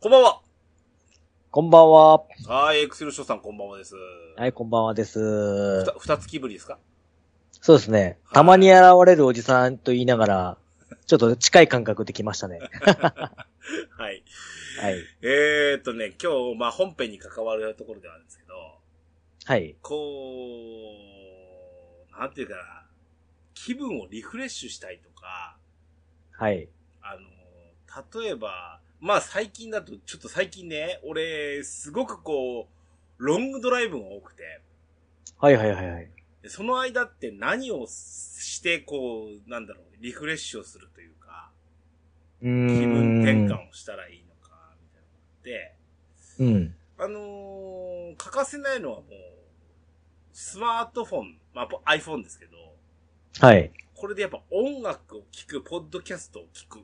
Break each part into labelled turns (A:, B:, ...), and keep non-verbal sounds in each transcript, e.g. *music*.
A: こんばんは。
B: こんばんは。
A: はい、エクセルショーさんこんばんはです。
B: はい、こんばんはです
A: ふた。二月ぶりですか
B: そうですね。たまに現れるおじさんと言いながら、ちょっと近い感覚で来ましたね。
A: はい。
B: はい。
A: えーっとね、今日、まあ本編に関わるところではあるんですけど、
B: はい。
A: こう、なんていうかな、気分をリフレッシュしたいとか、
B: はい。
A: あの、例えば、まあ最近だと、ちょっと最近ね、俺、すごくこう、ロングドライブが多くて、
B: はいはいはいはい。
A: でその間って何をして、こう、なんだろう、リフレッシュをするというか、
B: うー
A: 気
B: ん。
A: 分転。換をしたらいいのか、みたいなのがあって、あ
B: うん。
A: のー欠かせないのはもう、スマートフォン、まあ、ポ iPhone ですけど、
B: はい。
A: これでやっぱ音楽を聴く、ポッドキャストを聴く。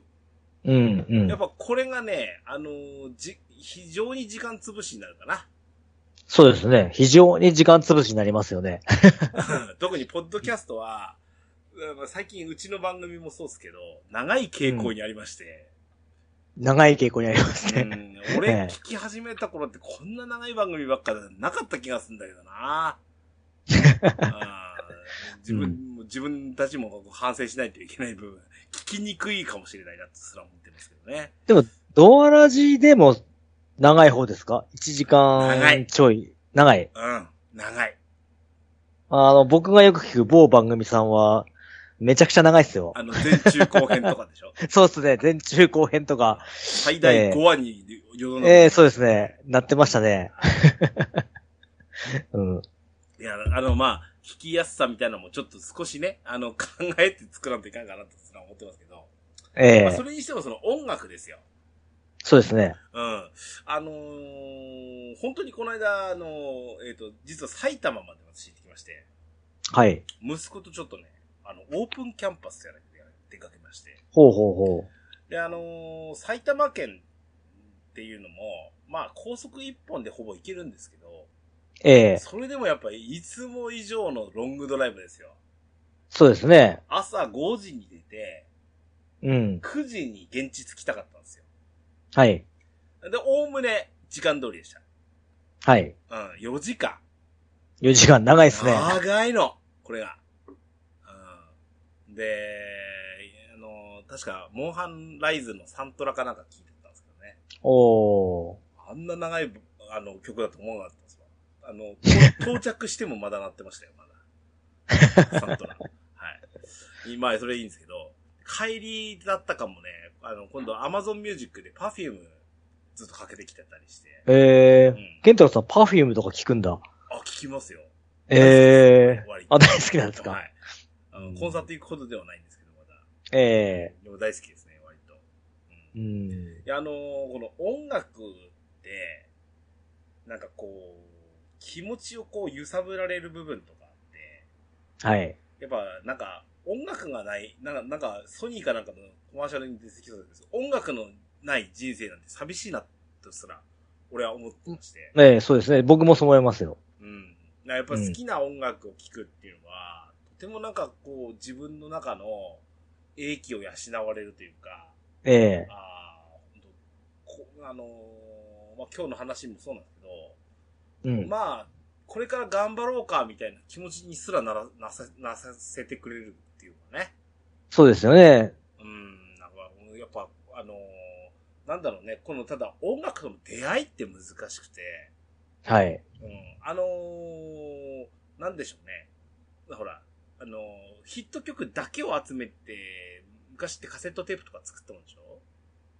B: うん、う
A: やっ
B: ん。
A: ぱこれがね、あのーじ、非常に時間潰しになるか
B: *laughs*
A: な。
B: そうですね。非常に時間潰しになりますよね。 *laughs*
A: 特にポッドキャストは、まあ最近うちの番組もそうですけど、長い傾向にありまして、
B: 長い傾向にあります
A: う
B: *laughs* ね。
A: ん俺聞き始めた頃ってこんな長い番組ばっかじゃなかった気がするんだけど
B: *laughs*
A: な。あー自分、自分たちも反省しないといけない部分、聞きにくいかもしれないなってすら思ってますけどね。
B: ドアラジでも長い方ですか ?1 時
A: 長い
B: 間ちょい。長い。
A: うん、長い。
B: あの、僕がよく聞く某番組さんは、めちゃくちゃ長い
A: *laughs*
B: っすよ。
A: あの、前中後編とかで
B: *laughs*
A: しょ
B: そうっすね。前中後編とか。
A: 最大5話に世の中、
B: ええそうですね。なってましたね。 *laughs* うん。
A: いや、あの、まあ、聞きやすさみたいなのもちょっと少しね、あの、考えて作らんといかんかなとすら思ってますけど、
B: ええ
A: まあ、それにしてもその音楽ですよ。
B: そうですね。
A: うん。あのー本当にこの間、あのーえっ、と、実は埼玉まで私行ってきまして、
B: はい。
A: 息子とちょっとね、あの、オープンキャンパスやら出かけまして、
B: ほうほうほう。
A: で、あのー埼玉県っていうのも、まあ、高速一本でほぼ行けるんですけど、
B: ええ
A: それでもやっぱりいつも以上のロングドライブですよ。
B: そうですね。
A: 朝5時に出て、
B: うん。
A: 9時に現地着きたかったんですよ。
B: はい。
A: で、おおむね時間通りでし
B: はい。
A: た。うん、4時間。
B: 4時間長いですね。
A: 長いの、これが。うん、で、あの、確か、モンハンライズのサントラかなんか聞いてたんですけどね。
B: おー。
A: あんな長い、あの、曲だと思わなかったんですよ。あの、と *laughs* 到着してもまだ鳴ってましたよ、まだ。サントラ。はい。まあ、それいいんですけど、帰りだったかもね、あの、今度 Amazon Music で Perfume ずっとかけてきてたりして。
B: ええ
A: うん。
B: ケントロウさん、パフュームとか聞くんだ。
A: あ、聞きますよ。
B: ええ
A: 終わり
B: あ、大好きなんですか、
A: はい。あの、コンサート行くほどではないんですけど、まだ。
B: え
A: でも大好きですね、割と。う
B: え
A: ん。い
B: うん。
A: や、あのーこの音楽って、なんかこう、気持ちをこう揺さぶられる部分とかあっ
B: はい。
A: て、やっぱなんか音楽がない、なんか、なんかソニーかなんかのコマーシャルに出てきそうですけど音楽のない人生なんて寂しいなとすら、俺は思ってまして。
B: ええそうですね。僕もそう思いますよ。
A: うん。なやっぱ好きな音楽を聴くっていうのは、とてもなんかこう自分の中の英気を養われるというか、
B: ええ
A: ああ、ほんとこあのーまあ、今日の話もそうなんですけど、
B: うん。
A: まあ、これから頑張ろうかみたいな気持ちにすらなら、なさ、なさせてくれるっていうかね。
B: そうですよね。
A: うん、なんか、やっぱ、あのーなんだろうね、このただ音楽との出会いって難しくて、
B: はい。
A: うん、あのーなんでしょうね。ほら、あのーヒット曲だけを集めて、昔ってカセットテープとか作ったもんでしょ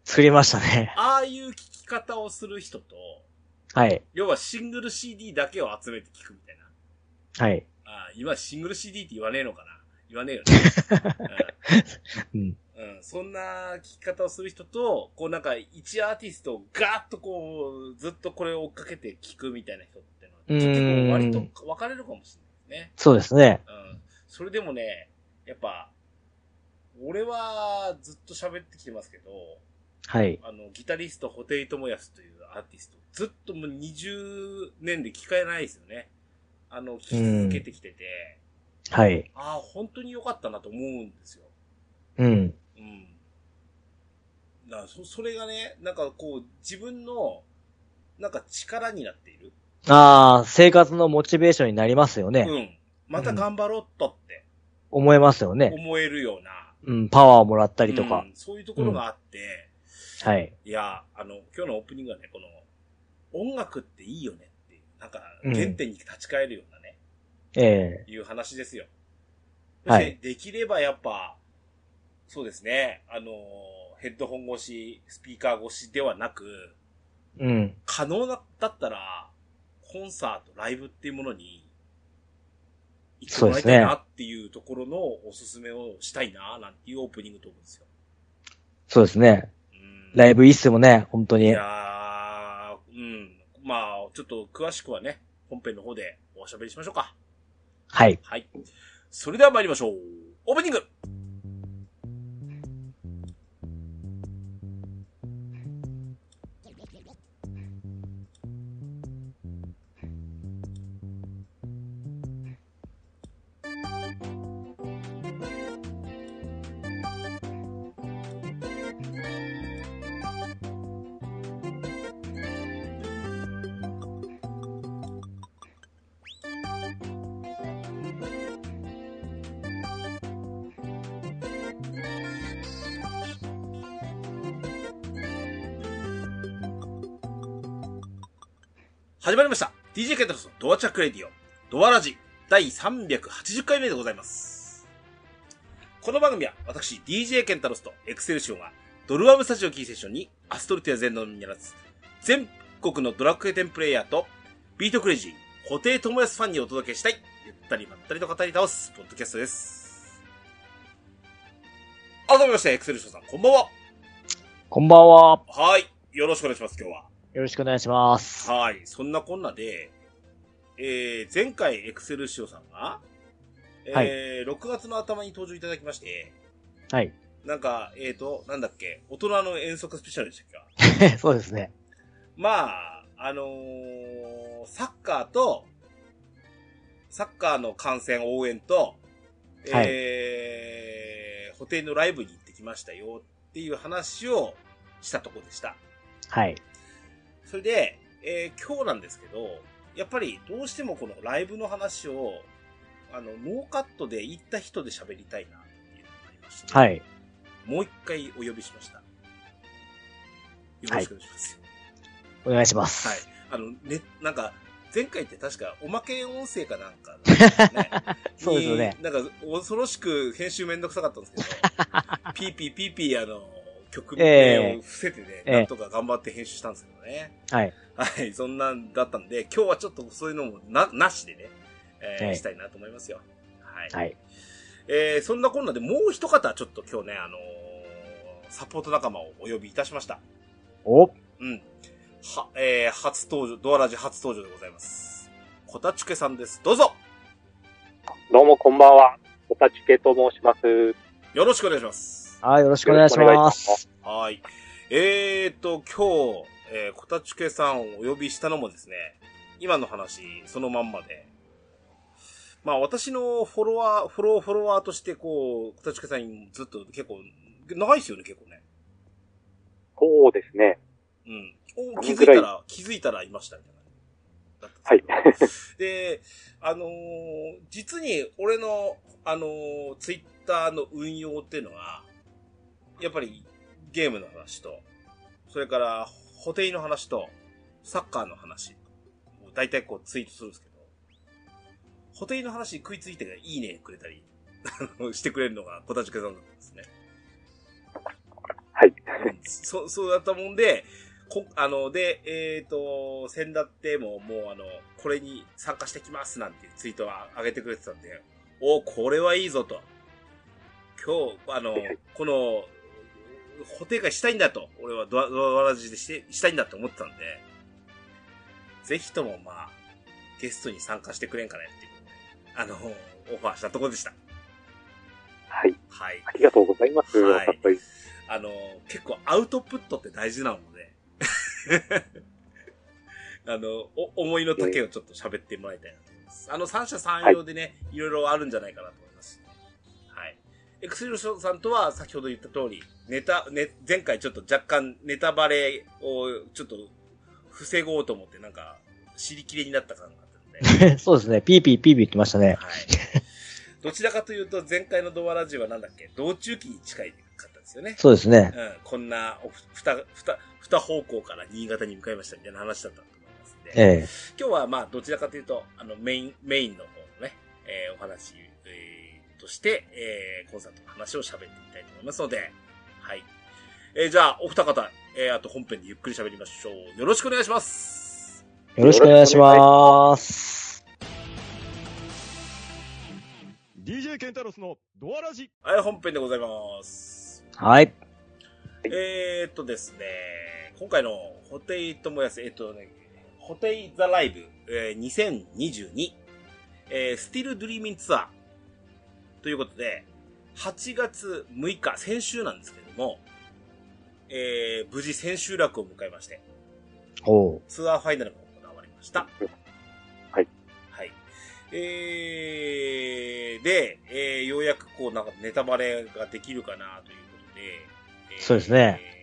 B: 作りましたね。
A: ああいう聴き方をする人と、
B: はい。
A: 要はシングル CD だけを集めて聞くみたいな。
B: はい。
A: ああ、今シングル CD って言わねえのかな言わねえよね、
B: うん。
A: うん。うん。そんな聞き方をする人と、こうなんか一アーティストをガーッとこう、ずっとこれを追っかけて聞くみたいな人ってのは、
B: うん
A: 結構割と分かれるかもしれないね。
B: そうですね。
A: うん。それでもね、やっぱ、俺はずっと喋ってきてますけど、
B: はい。
A: あの、ギタリスト、ホテイトモヤスというアーティスト、ずっともう20年で聞かれないですよね。あの、聞き続けてきてて、
B: はい。
A: ああ、本当に良かったなと思うんですよ。
B: うん。
A: うん。なそそれがね、なんかこう、自分の、なんか力になっている。
B: ああ、生活のモチベーションになりますよね。
A: うん。また頑張ろうっとって
B: 思えますよね。
A: 思えるような。
B: うん、パワーをもらったりとか
A: う。んそういうところがあって、
B: はい。
A: いや、あの、今日のオープニングはね、この、音楽っていいよねっていう、なんか、
B: うん
A: 原点に立ち返るようなね、
B: ええ
A: いう話ですよ。
B: はい
A: そしてできればやっぱ、そうですね、あの、ヘッドホン越し、スピーカー越しではなく、
B: うん。
A: 可能な、だったら、コンサート、ライブっていうものに、行ってもらいたいなっていうところのおすすめをしたいな、なんていうオープニングトークですよ。
B: そうですね。
A: うん
B: ライブいいっすもんね、本当
A: い
B: に。
A: やー、うん。まあ、ちょっと詳しくはね、本編の方でおしゃべりしましょうか。
B: はい。
A: はい。それでは参りましょう。オープニング始まりました。DJ ケンタロスのドアチャックレディオ、ドアラジ第380回目でございます。この番組は私、DJ ケンタロスとエクセルシオンがドルアムスタジオキーセッションにアストルティア全能にならず、全国のドラクエ10プレイヤーとビートクレイジー、固定友康ファンにお届けしたい、ゆったりまったりと語り倒す、ポッドキャストです。改めまして、エクセルシオンさん、こんばんは。
B: こんばんは。
A: はい。よろしくお願いします、今日は。
B: よろしくお願いします。
A: はい。そんなこんなで、えー、前回エクセルシオさんが、えー
B: はい
A: 6月の頭に登場いただきまして、
B: はい。 *laughs*
A: なんか、えーと、なんだっけ、大人の遠足スペシャルでしたっけか
B: そうですね。
A: まあ、あのーサッカーと、サッカーの観戦応援と、えー、補填のライブに行ってきましたよっていう話をしたとこでした。
B: はい。
A: それで、えー今日なんですけど、やっぱりどうしてもこのライブの話を、あの、ノーカットで行った人で喋りたいなっていうのがありまして、
B: はい。
A: もう一回お呼びしました。よろしくお願いします。
B: お願いします。
A: はい。あの、ね、なんか、前回って確かおまけ音声かなんかだったんですよね、
B: そうですよね。
A: になんか、恐ろしく編集めんどくさかったんです
B: *laughs*
A: けど、ピーピーピーピーあの、曲名を伏せてね、
B: ええ
A: なんとか頑張って編集したんですけどね。
B: はい。
A: はい、そんなんだったんで、今日はちょっとそういうのもな、なしでね、えー
B: ええ
A: したいなと思いますよ。はい。
B: はい。
A: えーそんなこんなでもう一方、ちょっと今日ね、あのーサポート仲間をお呼びいたしました。
B: お、
A: うん。は、えー初登場、ドアラジ初登場でございます。こたちゅけさんです。どうぞ
C: どうもこんばんは。おたちけと申します。
A: よろしくお願いします。
B: あーよろしくお願いし
C: よ
B: ま
C: ろしくお
B: す。
C: 願い
A: はい。えーと、今日、えー、こたちゅけさんをお呼びしたのもですね、今の話、そのまんまで、まあ私のフォロワー、フォロー、フォロワーとして、こう、こたちゅけさんにずっと結構、長いですよね、結構ね。
C: そうですね。
A: うん。お
C: こ
A: 気づ
C: の
A: い
C: ぐらい
A: たら、気づいたらいましたみたいな。だった
C: は
A: ん
C: い *laughs*
A: ですけ。どで、あのー実に俺の、あのーツイッターの運用っていうのは、やっぱりゲームの話と、それから、補填の話と、サッカーの話、を大体こうツイートするんですけど、補填の話に食いついていいねくれたり、あのしてくれるのが小田塾さんだったんですね。
C: はい。
A: うんそ、そう *laughs* だったもんで、こ、あの、で、えっ、と、先だってももうあの、これに参加してきますなんていうツイートは上げてくれてたんで、おこれはいいぞと。今日、あの、この、固定会したいんだと。俺はドア、ドアラジでして、したいんだと思ってたんで、ぜひともまあ、ゲストに参加してくれんかねっていうことで、あの、オファーしたところでした。
C: はい。
A: はい。
C: ありがとうございます。
A: はい
C: お誘い
A: あの、結構アウトプットって大事なので、 *laughs* あの、お思いの丈をちょっと喋ってもらいたいなと思います。あの、三者三様でね、い、ろいろあるんじゃないかなと思います。はい。エクスリルションさんとは先ほど言った通り、ネタ、ね、前回ちょっと若干ネタバレをちょっと防ごうと思ってなんか、知りきれになった感があったので、
B: *laughs* そうですね。ピーピーピーピー言ってましたね。
A: はい。どちらかというと、前回のドアラジオはなんだっけ、道中期に近いかったですよね。
B: そうですね。
A: うん、こんなおふ、ふた、ふた、ふた方向から新潟に向かいましたみたいな話だったと思いますんで、
B: ええ。
A: 今日はまあ、どちらかというと、あの、メイン、メインの方のね、えーお話、えーとして、えーコンサートの話を喋ってみたいと思いますので、はい。えーじゃあ、お二方、えーあと本編でゆっくり喋りましょう。よろしくお願いします。
B: よろしくお願いします。
D: DJ ケンタロスのドアラジ
A: はい、本編でございます。
B: はい。
A: えー、っとですね、今回のホテイともやす、えーっとね、ホテイザライブ、えー2022、えー、スティルドリーミンツアーということで、8月6日、先週なんですけれども、えー無事千秋楽を迎えまして、
B: おう。
A: ツアーファイナルが行われました。
C: はい。
A: はい。えー、で、えーようやくこう、なんかネタバレができるかなということで、えー
B: そうですね。
A: えー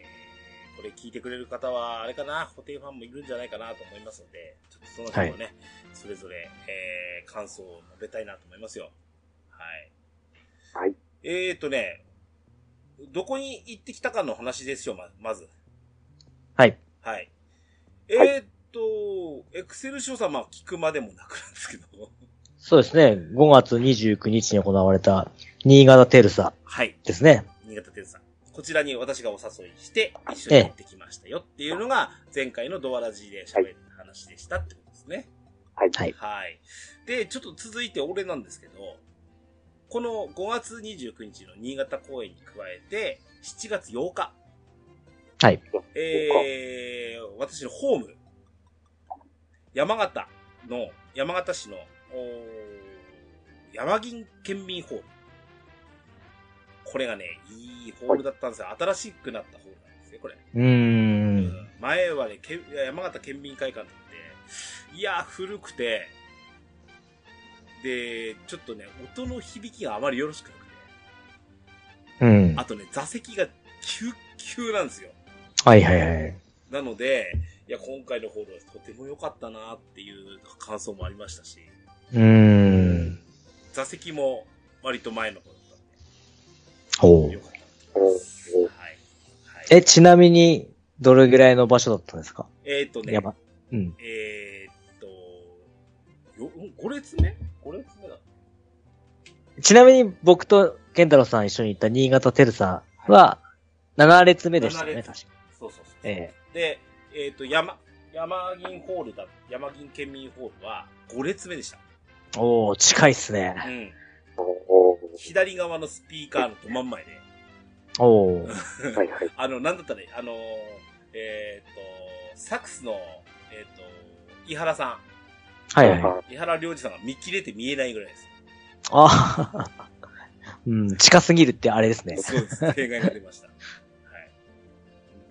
A: これ聞いてくれる方は、あれかな、固定ファンもいるんじゃないかなと思いますので、ちょっとその辺をね、それぞれ、えー感想を述べたいなと思いますよ。はい。
C: はい。
A: えーとね、どこに行ってきたかの話ですよ、ままず。
B: はい。
A: はい。えーっと、エクセル賞様は聞くまでもなくなんですけど。
B: そうですね。5月29日に行われた新潟テルサ
A: はい。
B: ですね。
A: 新潟店さん。こちらに私がお誘いして、一緒に行ってきましたよっていうのが、前回のドアラジで喋った話でしたってことですね。
C: はい。
B: はい
A: はい。で、ちょっと続いて俺なんですけど、この5月29日の新潟公演に加えて、7月8日、
B: はい。
A: えー、私のホーム、山形の、山形市の、おー山銀県民ホール。これがね、いいホールだったんですよ。新しくなったホールなんですよ、これ。
B: うーん。
A: 前はね、けん山形県民会館って言って、いやー、古くて、で、ちょっとね、音の響きがあまりよろしくなくて、
B: うん。
A: あとね、座席が急急なんですよ。
B: はいはいはい。
A: なので、いや、今回のホールはとても良かったなっていう感想もありましたし、
B: うーん。
A: 座席も割と前の方だっ
B: お
A: たんで、良
B: う。
A: かったです。は
C: お
A: い。
C: う
A: はい、
B: え、ちなみに、どれぐらいの場所だったんですか
A: えーっとね、
B: 山。うん。
A: えーっと、よ5列目 ?5 列目だ。
B: ちなみに僕と健太郎さん一緒に行った新潟テルサは、7列目でしたよ
A: 7
B: ね、
A: 列
B: 確か。
A: そうそうそう。
B: え
A: で、えっ、と、山、山銀ホールだ、山銀県民ホールは5列目でした。
B: え。おー、近いっすね。
A: うん。
C: おー
A: 左側のスピーカーのど真ん前で、
B: おー。
C: はいはい。
A: あの、なんだったら、あのー、えっ、と、サックスの、えっ、と、伊原さ
B: はいはい。
A: ん、伊原良二さんが見切れて見えないぐらいです。
B: あーうん、近すぎるってあれですね。
A: そうです。弊害が出ました。はい。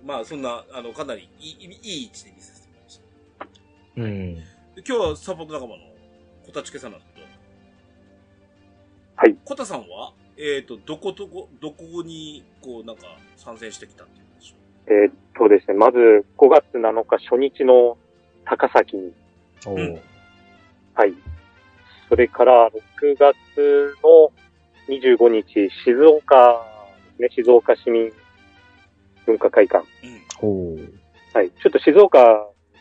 A: まあ、そんな、あの、かなりいい、いい位置で見せてもらいました。
B: うん。
A: で今日はサポート仲間のこたちけさんなんですけど。
C: はい。
A: こたさんは、えっ、と、どことこ、どこに、こう、なんか、参戦してきたっていうんでしょ
C: えーっとですね、まず5月7日初日の高崎に、
B: おー。
C: はい。それから6月の25日、静岡、ね、静岡市民文化会館。
A: う。うん。
B: おー。
C: はい。ちょっと静岡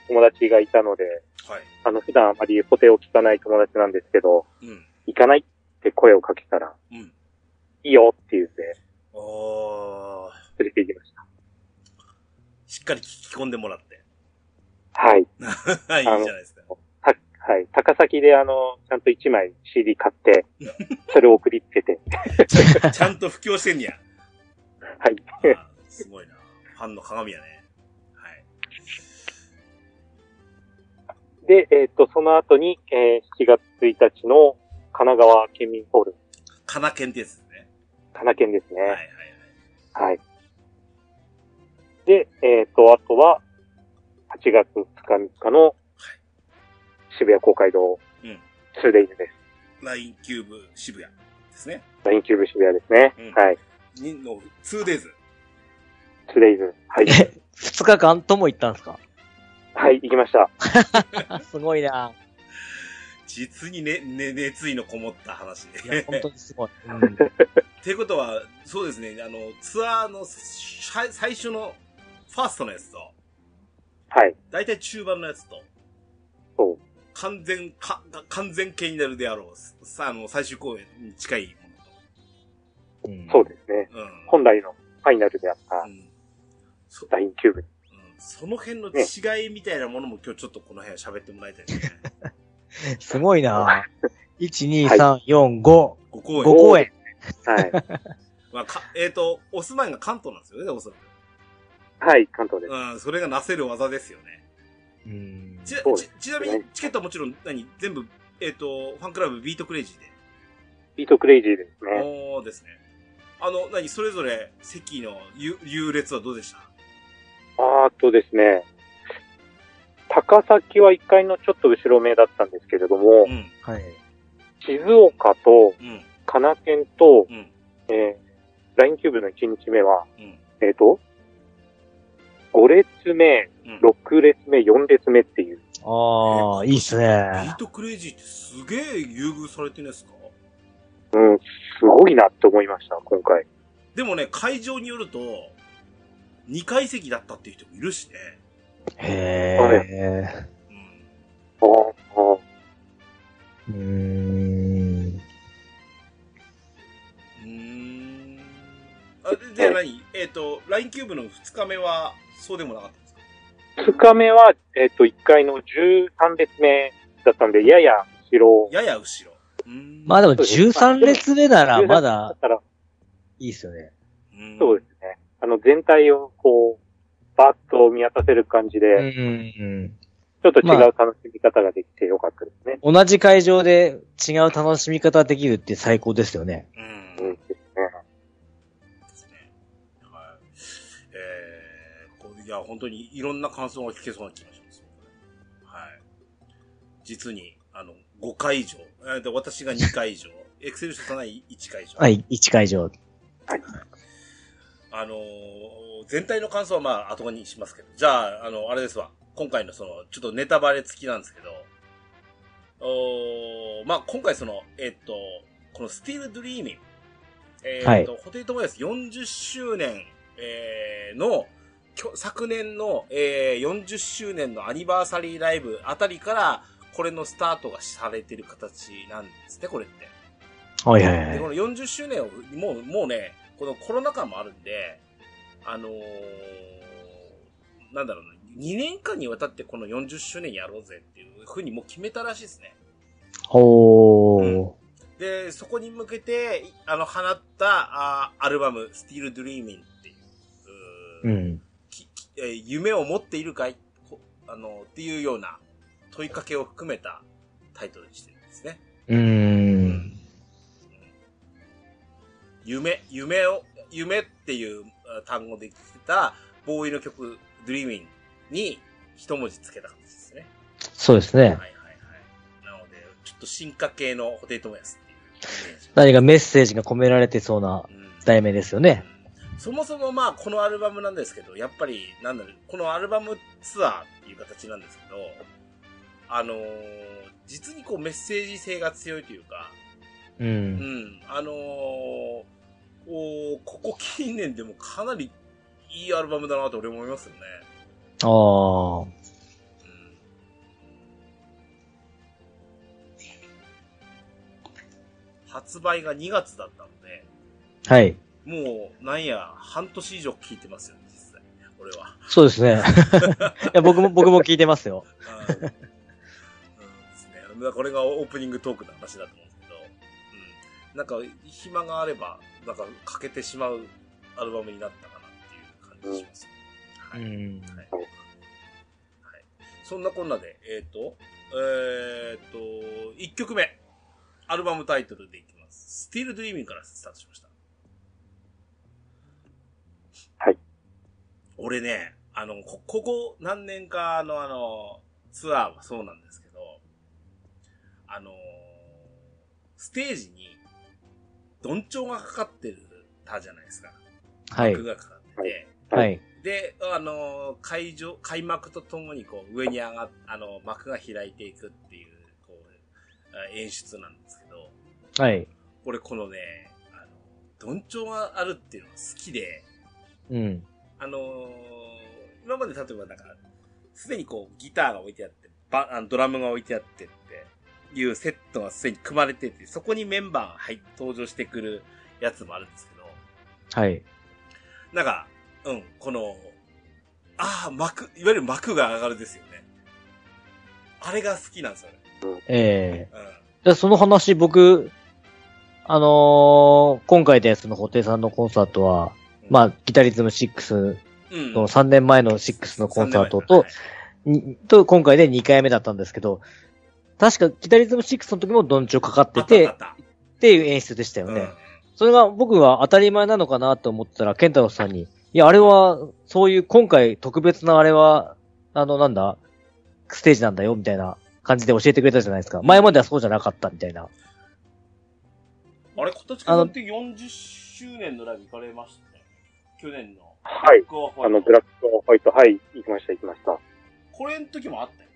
C: 友達がいたので、
A: はい。
C: あの、普段あまりホテを聞かない友達なんですけど、
A: うん。
C: 行かないって声をかけたら、
A: うん。
C: いいよって言って
A: ああ、
C: 連れて行きまし
A: しっかり聞き込んでもらって。
C: た。はい。
A: はい、いいじゃないですか。
C: たはい。高崎であの、ちゃんと1枚 CD 買 *laughs* って、それを送りつけて。
A: ちゃんと布教してんねや。
C: はい。
A: あーすごいな。ファンの鏡やね。はい。
C: で、えっ、と、その後に、えー7月1日の神奈川県民ホール、
A: かなけんってやつですね。
C: 神奈県ですね。
A: はいはいはい。
C: はい。で、えっ、と、あとは、8月2日3日の渋谷公会堂
A: うん
C: 2デイズです。
A: ラインキューブ渋谷ですね。
C: ラインキューブ渋谷ですね。
A: うん
C: はい。
A: にの 2days。
C: トゥデイズ。
A: *laughs*
C: はい。
B: え、二日間とも行ったんですか
C: はい、行きました。
B: すごいな
A: 実にね、ね、熱意のこも *laughs* った話
B: いや
A: ね。
B: 本当にすごい。うん
A: っていうことは、そうですね、あの、ツアーの最最初のファーストのやつと、
C: はい。
A: 大体中盤のやつと、
C: そう。
A: 完全、か、完全系になるであろう、さ、あの、最終公演に近いも
B: *laughs* うん
C: そうですね。
A: のと。うん。
C: 本来のファイナルであった
A: うんそ
C: ラインキューブ。
A: うんその辺の違いみたいなものも今日ちょっとこの辺は喋ってもらいたいです
C: *laughs*
A: ね。
B: すごいな1、2、3、4、5。
A: ご公
B: 5
A: 演。
B: 公演。
C: はい。
A: まあ、かえっ、と、お住まいが関東なんですよね、おそらく。
C: はい、関東です。
A: うん、それがなせる技ですよね。
B: うん
A: ち
C: そう
A: ちちなみに、チケットはもちろん、何全部、えっ、と、ファンクラブビートクレイジーで。
C: ビートクレイジーですね。
A: おーですね。あの、何それぞれ席の優優劣はどうでした
C: あーっとですね、高崎は1階のちょっと後ろ目だったんですけれども
A: う、ん、
B: はい。
C: 静岡と
A: うん、
C: かなけんと、
A: うん、
C: えー、ラインキューブの1日目は、
A: うん、
C: えっ、と、5列目、
A: うん。
C: 6列目、4列目っていう。
B: ああ、いいっす
A: ビー
B: ね。
A: トクレイジーってすげえ優遇されてるんですか
C: うん、すごいなって思いました、今回。
A: でもね、会場によると、2階席だったっていう人もいるしね。
B: へえ。
A: うん。
C: あーあ
B: うーん。
A: うーん。あ、で、で何えっ、と、ラインキューブの2日目は、そうでもなかったんですか
C: ー、2日目は、えっ、と、1階の13列目だったんで、やや後ろ。
A: やや後ろ。うーん。
B: まあでも13列目ならまだ
C: たら、
B: いいっすよね。
A: うん
C: そうですね。あの、全体をこう、バッと見渡せる感じで、
B: うんうん
C: ちょっと違う楽しみ方ができてよかったですね。
B: うん。同じ会場で違う楽しみ方できるって最高ですよね。
A: うん。
C: うん、ですね。
A: ですね。はい。えー、こういや、本当にいろんな感想が聞けそうな気がします。はい。実に、あの、5回以上。えーで、私が2回以上。エクセル書さない1回以上。
B: は。い、1会場。
A: あのー全体の感想はまあ、後にしますけど。じゃあ、あの、あれですわ。今回のその、ちょっとネタバレ付きなんですけど。おーまあ、今回その、えっと、このスティールドリーミング。えー
B: はい
A: っと、ホテイトバイアス40周年、えーの、きょ昨年の、えー40周年のアニバーサリーライブあたりから、これのスタートがされてる形なんですね、これって。
B: はいはいは
A: で、
B: い
A: こ。の40周年を、もう、もうね、このコロナ禍もあるんで、あのーなんだろうな、2年間にわたってこの40周年やろうぜっていうふうにもう決めたらしいですね。
B: ほー。
A: で、そこに向けて、いあの、放った、あーアルバム、Still Dreaming っていう、う
B: う
A: ー
B: ん。
A: ききえー夢を持っているかいこあの、っていうような問いかけを含めたタイトルにしてるんですね。
B: うーん。
A: 夢、夢を、夢っていうあ単語で来てた、ボーイの曲、Dreaming に一文字つけた感じですね。
B: そうです
A: は
B: ね
A: いは。いはい。なので、ちょっと進化系のホテイトモヤスっていうイメージ。
B: 何かメッセージが込められてそうな
A: うん
B: 題名ですよね。
A: うんそもそもまあ、このアルバムなんですけど、やっぱり、なんだろう、このアルバムツアーっていう形なんですけど、あのー実にこうメッセージ性が強いというか、
B: う。
A: うんん、あのーおーここ近年でもかなりいいアルバムだなと俺も思いますよね。
B: あー。
A: うん発売が2月だったので、
B: はい。
A: もう、なんや、半年以上聞いてますよ、実際。俺は。
B: そうで
A: *laughs*
B: すね。いや、僕も、僕も聞いてますよ。
A: うんうんですね。これがオープニングトークの話だと思うんですけど、うん。なんか、暇があれば、なんか、欠けてしまうアルバムになったかなっていう感じします。
B: う
A: はい。
B: ん。
A: はい。はい、そんなこんなで、えっ、と、えっ、と、1曲目。アルバムタイトルでいきます。Still Dreaming からスタートしました。
C: はい。
A: 俺ね、あの、こ、ここ何年かのあの、ツアーはそうなんですけど、あの、ステージに、どんちょうがかかってたじゃないですか。
B: はい
A: 幕。がかかってて。
B: はい。
A: で、あの、会場、開幕とともに、こう、上に上がっ、あの、幕が開いていくっていう、こう、あ演出なんですけど、
B: はい。
A: 俺このね、あの、どんちょうがあるっていうのが好きで、
B: うん。
A: あのー今まで例えばなんか、すでにこう、ギターが置いてあって、バあのドラムが置いてあってっていうセットがすでに組まれてて、そこにメンバーが入っ登場してくるやつもあるんですけど、
B: はい。
A: なんか、うん、この、ああ、幕、いわゆる幕が上がるですよね。あれが好きなんですよね。
B: ええ
A: うん。
B: じゃあその話、僕、あのー今回でそのホテイさんのコンサートは、まあ、ギタリズム6
A: うん、
B: の3年前の6のコンサート
A: は
B: と
A: い、
B: にと、今回で2回目だったんですけど、確かギタリズム6の時もどんちょうかかっ
A: あ
B: て
A: った
B: て、
A: あ
B: っ
A: ったあって
B: いう演出でした
A: た
B: よね。
A: うん
B: それが僕は当たり前なのかなと思ったら、ケンタロスさんに、いや、あれは、そういう今回特別なあれは、あの、なんだ、ステージなんだよ、みたいな感じで教えてくれたじゃないですか。前まではそうじゃなかった、みたいな。
A: あれ、今年かって40周年のライブ行かれましたね。去年の。
C: はい。
A: 僕はほ
C: あ
A: ら
C: の、ブラックとホワイト、はい、行きました、行きました。
A: これの時もあったよね。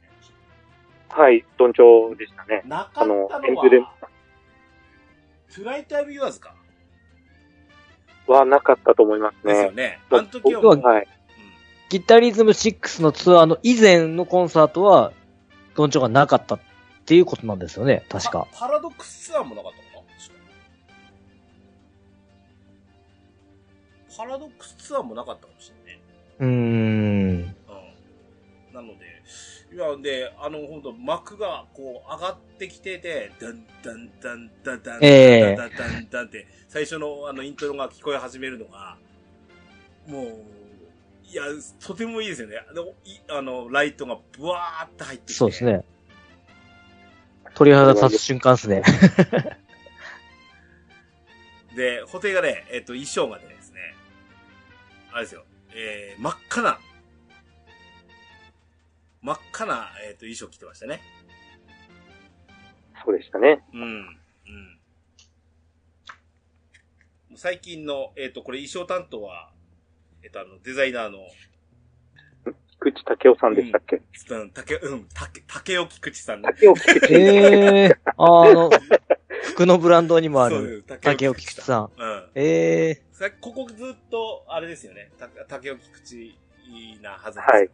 C: はい、どんちょうでしたね。
A: なかった
C: あ
A: の
C: の
A: は、、
C: エンズレ
A: トゥライタービュアーズか。
C: はなかったと思います
A: ですよ
C: ね。
A: ね。あ
C: 僕
A: の時はもう、うん、
C: はい。
B: ギタリズム6のツアーの以前のコンサートは、どんちょうがなかったっていうことなんですよね、確か。
A: パ。パラドックスツアーもなかったのかな確かパラドックスツアーもなかったかもしれないね。
B: うーん。
A: うん。なので、いや、で、あの、ほんと、幕が、こう、上がってきてて、ダンダンダンダンダンダン
B: ええ
A: ダンダンダンって、最初の、あの、イントロが聞こえ始めるのが、もう、いや、とてもいいですよね。でいあの、ライトがブワーって入ってきて。
B: そうです。ね。鳥肌立つ瞬間 *laughs* ですね。
A: で、布袋がね、えっと、衣装がねですね、あれですよ、えー、真っ赤な、真っ赤な、えっと、衣装着てましたね。
C: そうでしたね。
A: うん。うん。最近の、えっ、と、これ衣装担当は、えっ、と、あの、デザイナーの、
C: 菊池武雄さんでしたっけ、
A: うん、竹、うん、竹、竹尾菊池さんの。
C: 竹雄菊池。
B: ええあの、服のブランドにもあ
A: そう
B: る、
A: です
B: 竹尾菊池さん。
A: ん。うん。
B: ええ
A: さここずっと、あれですよね。た竹尾菊池なはずです。
C: はい。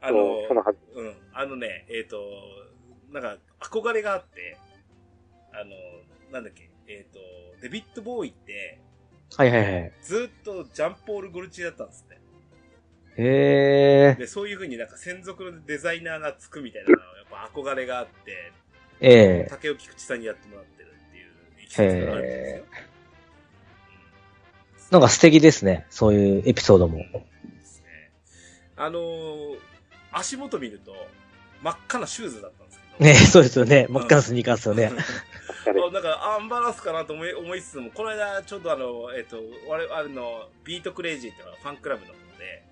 A: あ
C: そうそ
A: の
C: の、はず。
A: うん。あのね、えっ、と、なんか、憧れがあって、あの、なんだっけ、えっ、と、デビッド・ボーイって、
B: はいはいはい。
A: ずっとジャンポール・ゴルチだったんですね。
B: ええ
A: で、そういう風になんか専属のデザイナーがつくみたいなのはやっぱ憧れがあって、
B: ええ
A: 竹尾菊池さんにやってもらってるっていうエキサイがあるんですよ。
B: なんか素敵ですね。そういうエピソードも。
A: ですね。あのー足元見ると真っ赤なシューズだったんですけど。
B: ね *laughs* そうですよね。真っ赤なスニーカーですよね。
C: あれ
A: あなんか、アンバランスかなと思い思いつつも、この間、ちょっとあの、えっ、と、我々あの、ビートクレイジーっていうのがファンクラブの方で、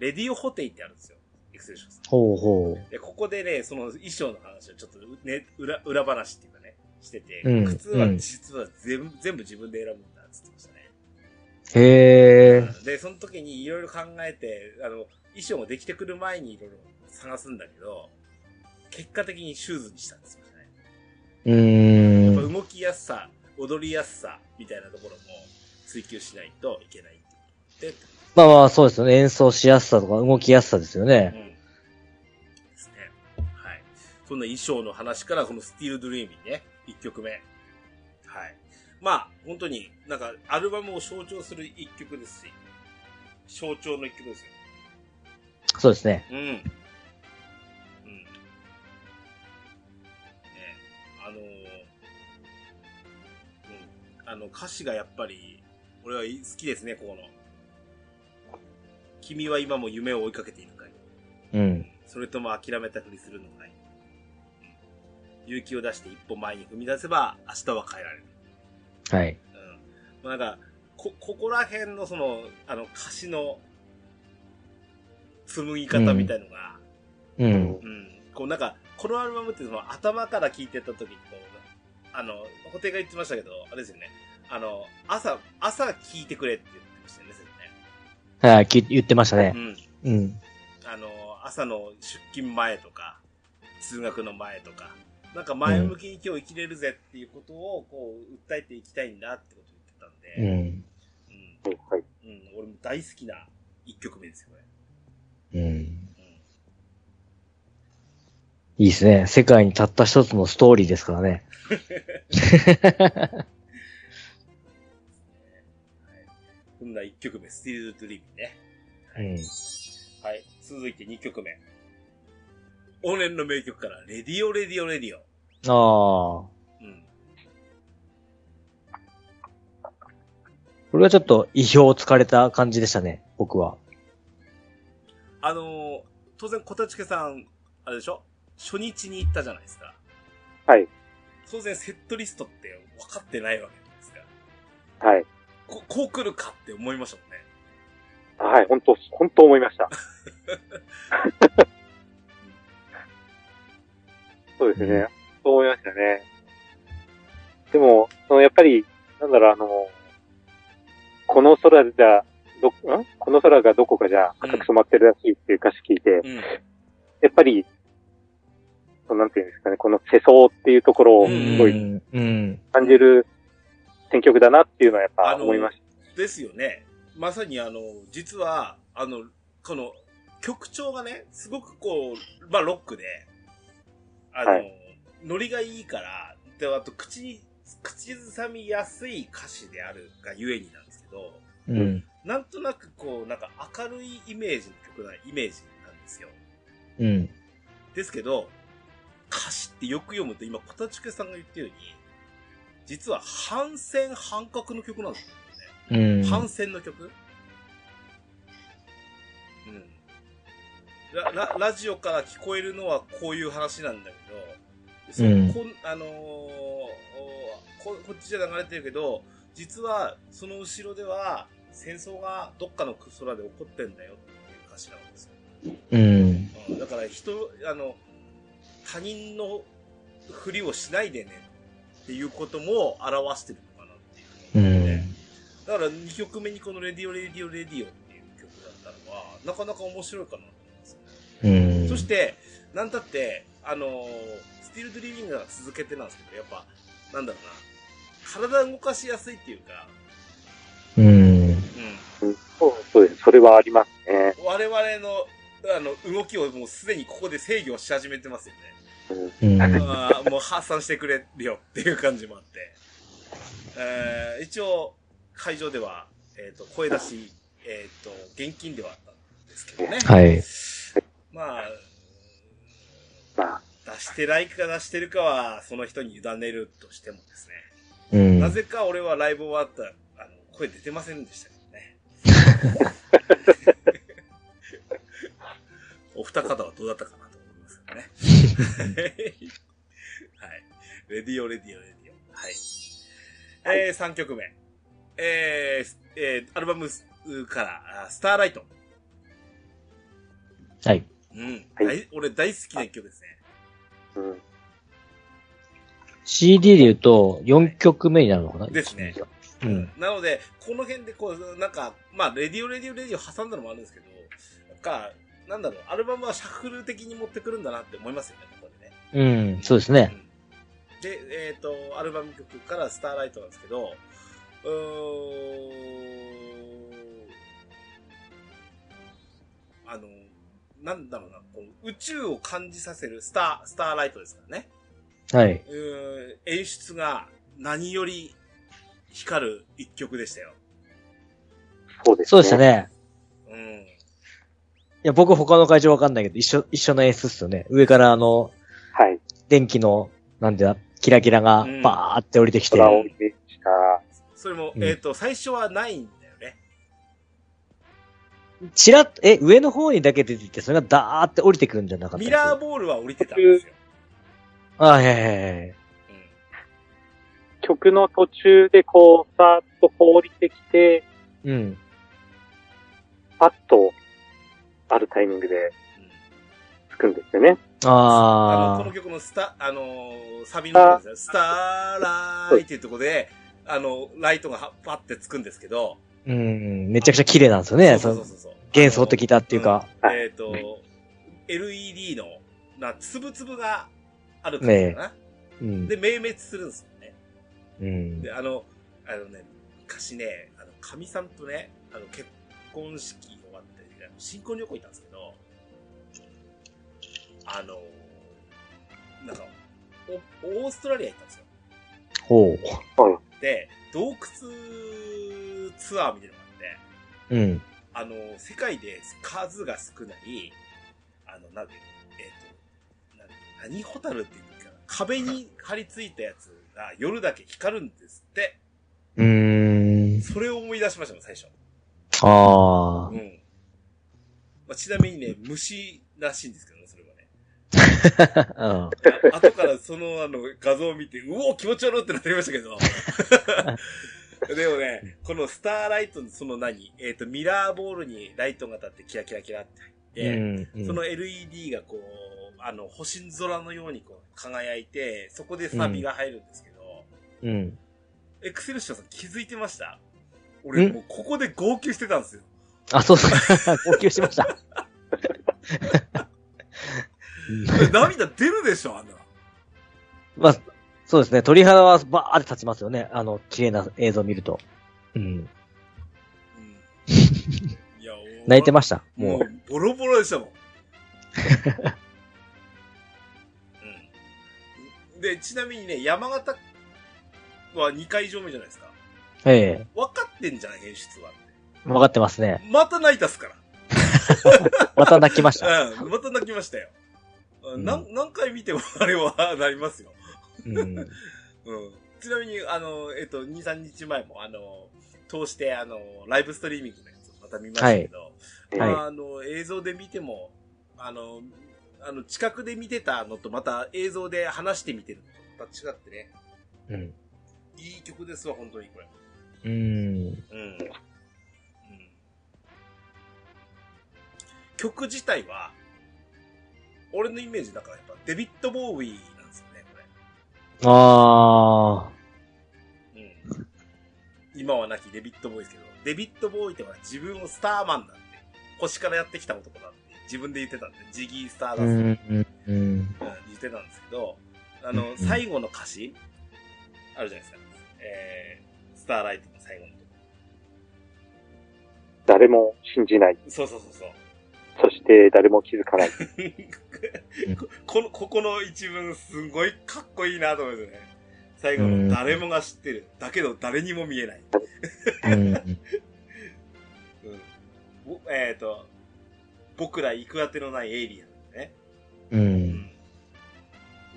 A: レディオホテイってあるんですよ。エクセルションさん。
B: ほうほう。
A: で、ここでね、その衣装の話をちょっと、ね、裏、裏話っていうかね、してて、
B: うん
A: 靴は
B: うん
A: 実は全部、全部自分で選ぶんだって言ってましたね。
B: へえ。
A: で、その時にいろいろ考えて、あの、衣装もできてくる前にいろいろ探すんだけど、結果的にシューズにしたんですよね。
B: う
A: やっぱ
B: ーん。
A: 動きやすさ、踊りやすさ、みたいなところも追求しないといけないっていうこと
B: まあまあ、そうですよね。演奏しやすさとか動きやすさですよ
A: で、
B: ね。
A: うん。ですね。はい。そんな衣装の話から、このスティールドリーミーね、一曲目。はい。まあ、本当に、なんか、アルバムを象徴する一曲ですし、象徴の一曲ですよ。
B: そうですね。
A: うん。うん。ねあのーうん。あの、歌詞がやっぱり、俺はい好きですね、ここの。君は今も夢を追いかけているかい
B: うん。
A: それとも諦めたふりするのかいうん勇気を出して一歩前に踏み出せば、明日は変えられる。
B: はい。
A: うん。まあ、なんか、こ、ここら辺のその、あの、歌詞の、紡ぎ方みたいのが、
B: うん。
A: うん、こうなんか、このアルバムってその頭から聴いてた時にこう、あの、ホテが言ってましたけど、あれですよね。あの、朝、朝聞いてくれって言ってましたよね、先
B: はい、き言ってましたね。
A: 生ね。
B: うん。
A: うん。あの、朝の出勤前とか、通学の前とか、なんか前向きに今日生きれるぜっていうことを、こう、訴えていきたいんだってことを言ってた
B: うん
A: で、
B: ん。
A: うん。
C: はい。
A: うん、俺も大好きな一曲目ですよ、こ
B: うん。
A: れ。
B: いいですね。世界にたった一つのストーリーですからね。
A: こんな一曲目、Still Dream ね。
B: うん。
A: はい。続いて二曲目。往年の名曲から、レディオレディオレディオ。
B: ああ。
A: うん。
B: これはちょっと意表をつかれた感じでしたね、僕は。
A: あのー当然、小田チケさん、あれでしょ初日に行ったじゃないですか。
C: はい。
A: 当然、セットリストって分かってないわけじゃないですか。
C: はい。
A: こ、こう来るかって思いましたもんね。
C: はい、本当本当思いました。 *laughs* そうです
B: う
C: ね。そう思いましたね。でも、そのやっぱり、なんだろう、あの、この空じゃ、ど、んこの空がどこかじゃ赤く染まってるらしいっていう歌詞聞いて、
A: うん。
C: やっぱり、そうなんていうんですかね、この世相っていうところをすご
A: う
C: い
B: ん。うん。
C: 感じる選曲だなっていうのはやっぱ思いました。
A: ですよね。まさにあの、実は、あの、この、曲調がね、すごくこう、まあ、ロックで、あの、
C: は
A: ノリがいいから、で、あと、口に、口ずさみやすい歌詞であるがゆえになんですけど、
B: うん。
A: なんとなくこう、なんか明るいイメージの曲な、イメージなんですよ。
B: うん。
A: ですけど、歌詞ってよく読むと、今、小田チケさんが言ったように、実は反戦反核の曲なんですよね。
B: うん。
A: 反戦の曲うん。ラ、ラ、ラジオから聞こえるのはこういう話なんだけど、そ
B: うん
A: こん、あのーおこ、こっちじゃ流れてるけど、実はその後ろでは戦争がどっかの空で起こってんだよっていう歌詞なんですよ。
B: うん。
A: うん、だから人、あの、他人のふりをしないでねっていうことも表してるのかなっていううので、
B: ん。
A: だから2曲目にこの「レディオレディオレディオ」っていう曲だったのはなかなか面白いかなと思います、
B: うん。
A: そし、てなんだってあのースティール・ドリーミングが続けてなんですけどやっぱなんだろうな体動かしやすいっていうか、
B: うん。
A: う
C: うんそうそうです。それはありますね。
A: ん、我々のあの動きをもうすでにここで制御し始めてますよね
C: うん
B: うん。
A: あーもう発散してくれよっていう感じもあって、えー一応会場では、えー、と声出し、えー、と現金ではあったんですけどね、
B: はい。
A: まあ
C: まあ、
A: 出してないか出してるかはその人に委ねるとしてもですね、
B: うん。
A: なぜか俺はライブ終わったらあの声出てませんでしたけどねお二方はどうだったかなと思いますよねはいレディオレディオレディオはい、えー、3曲目えーすえーアルバムからあ「スターライト」
B: はい。
A: うん、
C: はい
A: 大俺大好きな一曲ですね
C: うん。
B: CD で言うと、4曲目になるのかな
A: ですね。
B: うん。
A: なので、この辺でこう、なんか、まあ、レディオレディオレディオ挟んだのもあるんですけど、なんか、なんだろう、アルバムはシャッフル的に持ってくるんだなって思いますよね、ここでね。
B: うん。そうですね。
A: うんで、えっ、と、アルバム曲からスターライトなんですけど、うーんあの、なんだろうな、こう宇宙を感じさせるスター、スターライトですからね。
B: はい。
A: うーん演出が何より光る一曲でしたよ。
C: そうですね。
B: そうでした。ね。
A: うん。
B: いや、僕他の会場わかんないけど、一緒、一緒の演出っすよね。上からあの、
C: はい。
B: 電気の、なんていうのキラキラが
A: うん
B: バーって降りてきて。
C: 空をイメージした。
A: それも、
B: うん
A: えっ、と、最初はないんだよね。
B: チラッ、え、上の方にだけ出てきて、それがダーって降りてくるんじゃなかった
A: ミ
B: です
A: ラーボールは降りてたんですよ。
B: あ、はいはいはいはい。
C: 曲の途中でこう、さーっと放りてきて、
B: うん。
C: パッと、あるタイミングで
A: うん。うん
C: つくんですよね。
A: あの、
B: あ
A: この曲のスタ、あのーサビの部分ですよスターライっていうところで、あの、ライトがはパってつくんですけど、
B: うん、めちゃくちゃ綺麗なんですよね。
A: そうそう
B: そ
A: そうそう。
B: の幻想的だっていうか。
A: あの。
C: はい
A: えっ、と、LED の、な、つぶつぶがあるからかな、
B: うん
A: で、。明滅するんですよね。
B: うん。
A: で、あの、あのね、昔ね、あの、神さんとね、あの、結婚式終わって、あの新婚旅行行ったんですけど、あの、なんか、おオーストラリア行ったんですよ。
B: ほう。
A: で、洞窟ツアーみたいなのがあって、
B: うん。
A: あの、世界で数が少ない、あの、なんで、えっ、と、なん何ホタルって言うかな、壁に張り付いたやつが夜だけ光るんですって、
B: うーん。
A: それを思い出しましたもん、最初。
B: あ
A: う
B: あ。
A: ん。まあ、ちなみにね、虫らしいんですけどね、それはね。
B: *laughs* うん。
A: 後からその、あの、画像を見て、うお気持ち悪いってなりましたけど。 *laughs* でもね、このスターライトのその何えっ、と、ミラーボールにライトが当たってキラキラキラって入って、
B: うん
A: その LED がこう、あの、星空のようにこう、輝いて、そこでサビが入るんですけど、
B: うん。
A: エクセルショーさん気づいてました俺、
B: ん
A: もうここで号泣してたんですよ。
B: あ、そうそう。号泣しました。 *laughs* うん
A: 涙出るでしょ、あんなの。
B: まあ、そうですね。鳥肌はバーって立ちますよね。あの、綺麗な映像を見ると。うん。
A: うん。いや、
B: *laughs* 泣いて
A: ま
B: ました。
A: も
B: もう。
A: う、ボロボロで
B: *laughs*
A: したもん。うん。で、ちなみにね、山形は2回以上目じゃないですか。
B: ええ。
A: 分かってんじゃん、演出はって。
B: わかってますね。
A: また泣いたっすから。
B: また泣きました。
A: うん、また泣きましたよ。
B: ん
A: 何何回見てもあれはなりますよ。
B: う
A: *laughs*
B: ん。
A: うん。ちなみに、あの、えっと、2、3日前も、あの、通して、あの、ライブストリーミングのやつをまた見ましたけど、
C: い
A: ま
B: はい
A: あ、あの、映像で見ても、あの、あの、近くで見てたのと、また映像で話して見てるのとまた違ってね、
B: うん。
A: いい曲ですわ、本当にこれ。
B: うん。
A: うん。うん、曲自体は、俺のイメージだからやっぱデビッド・ボーイなんですよね、こ
B: ああ。
A: れ。うん。今は亡きデビッド・ボーイですけど、デビッド・ボーイってほら自分をスターマンだって、腰からやってきた男だって、自分で言ってたんで、ジギー・スターダスト
B: う
A: って
B: ん。うん。
A: 言ってたんですけど、あ
B: うんう
A: の、
B: ん
A: 最後の歌詞、あるじゃないですか。えー、スターライトの最後のとこ。
C: 誰も信じない。
A: そうそうそうそう。
C: そして誰も気づかない。
A: この、ここの一文すごいかっこいいなと思いますね。最後の誰もが知ってる。だけど誰にも見えない。
B: うん。
A: うん。ぼえっ、と、僕ら行く当てのないエイリアンですね。
B: う。
A: うんん。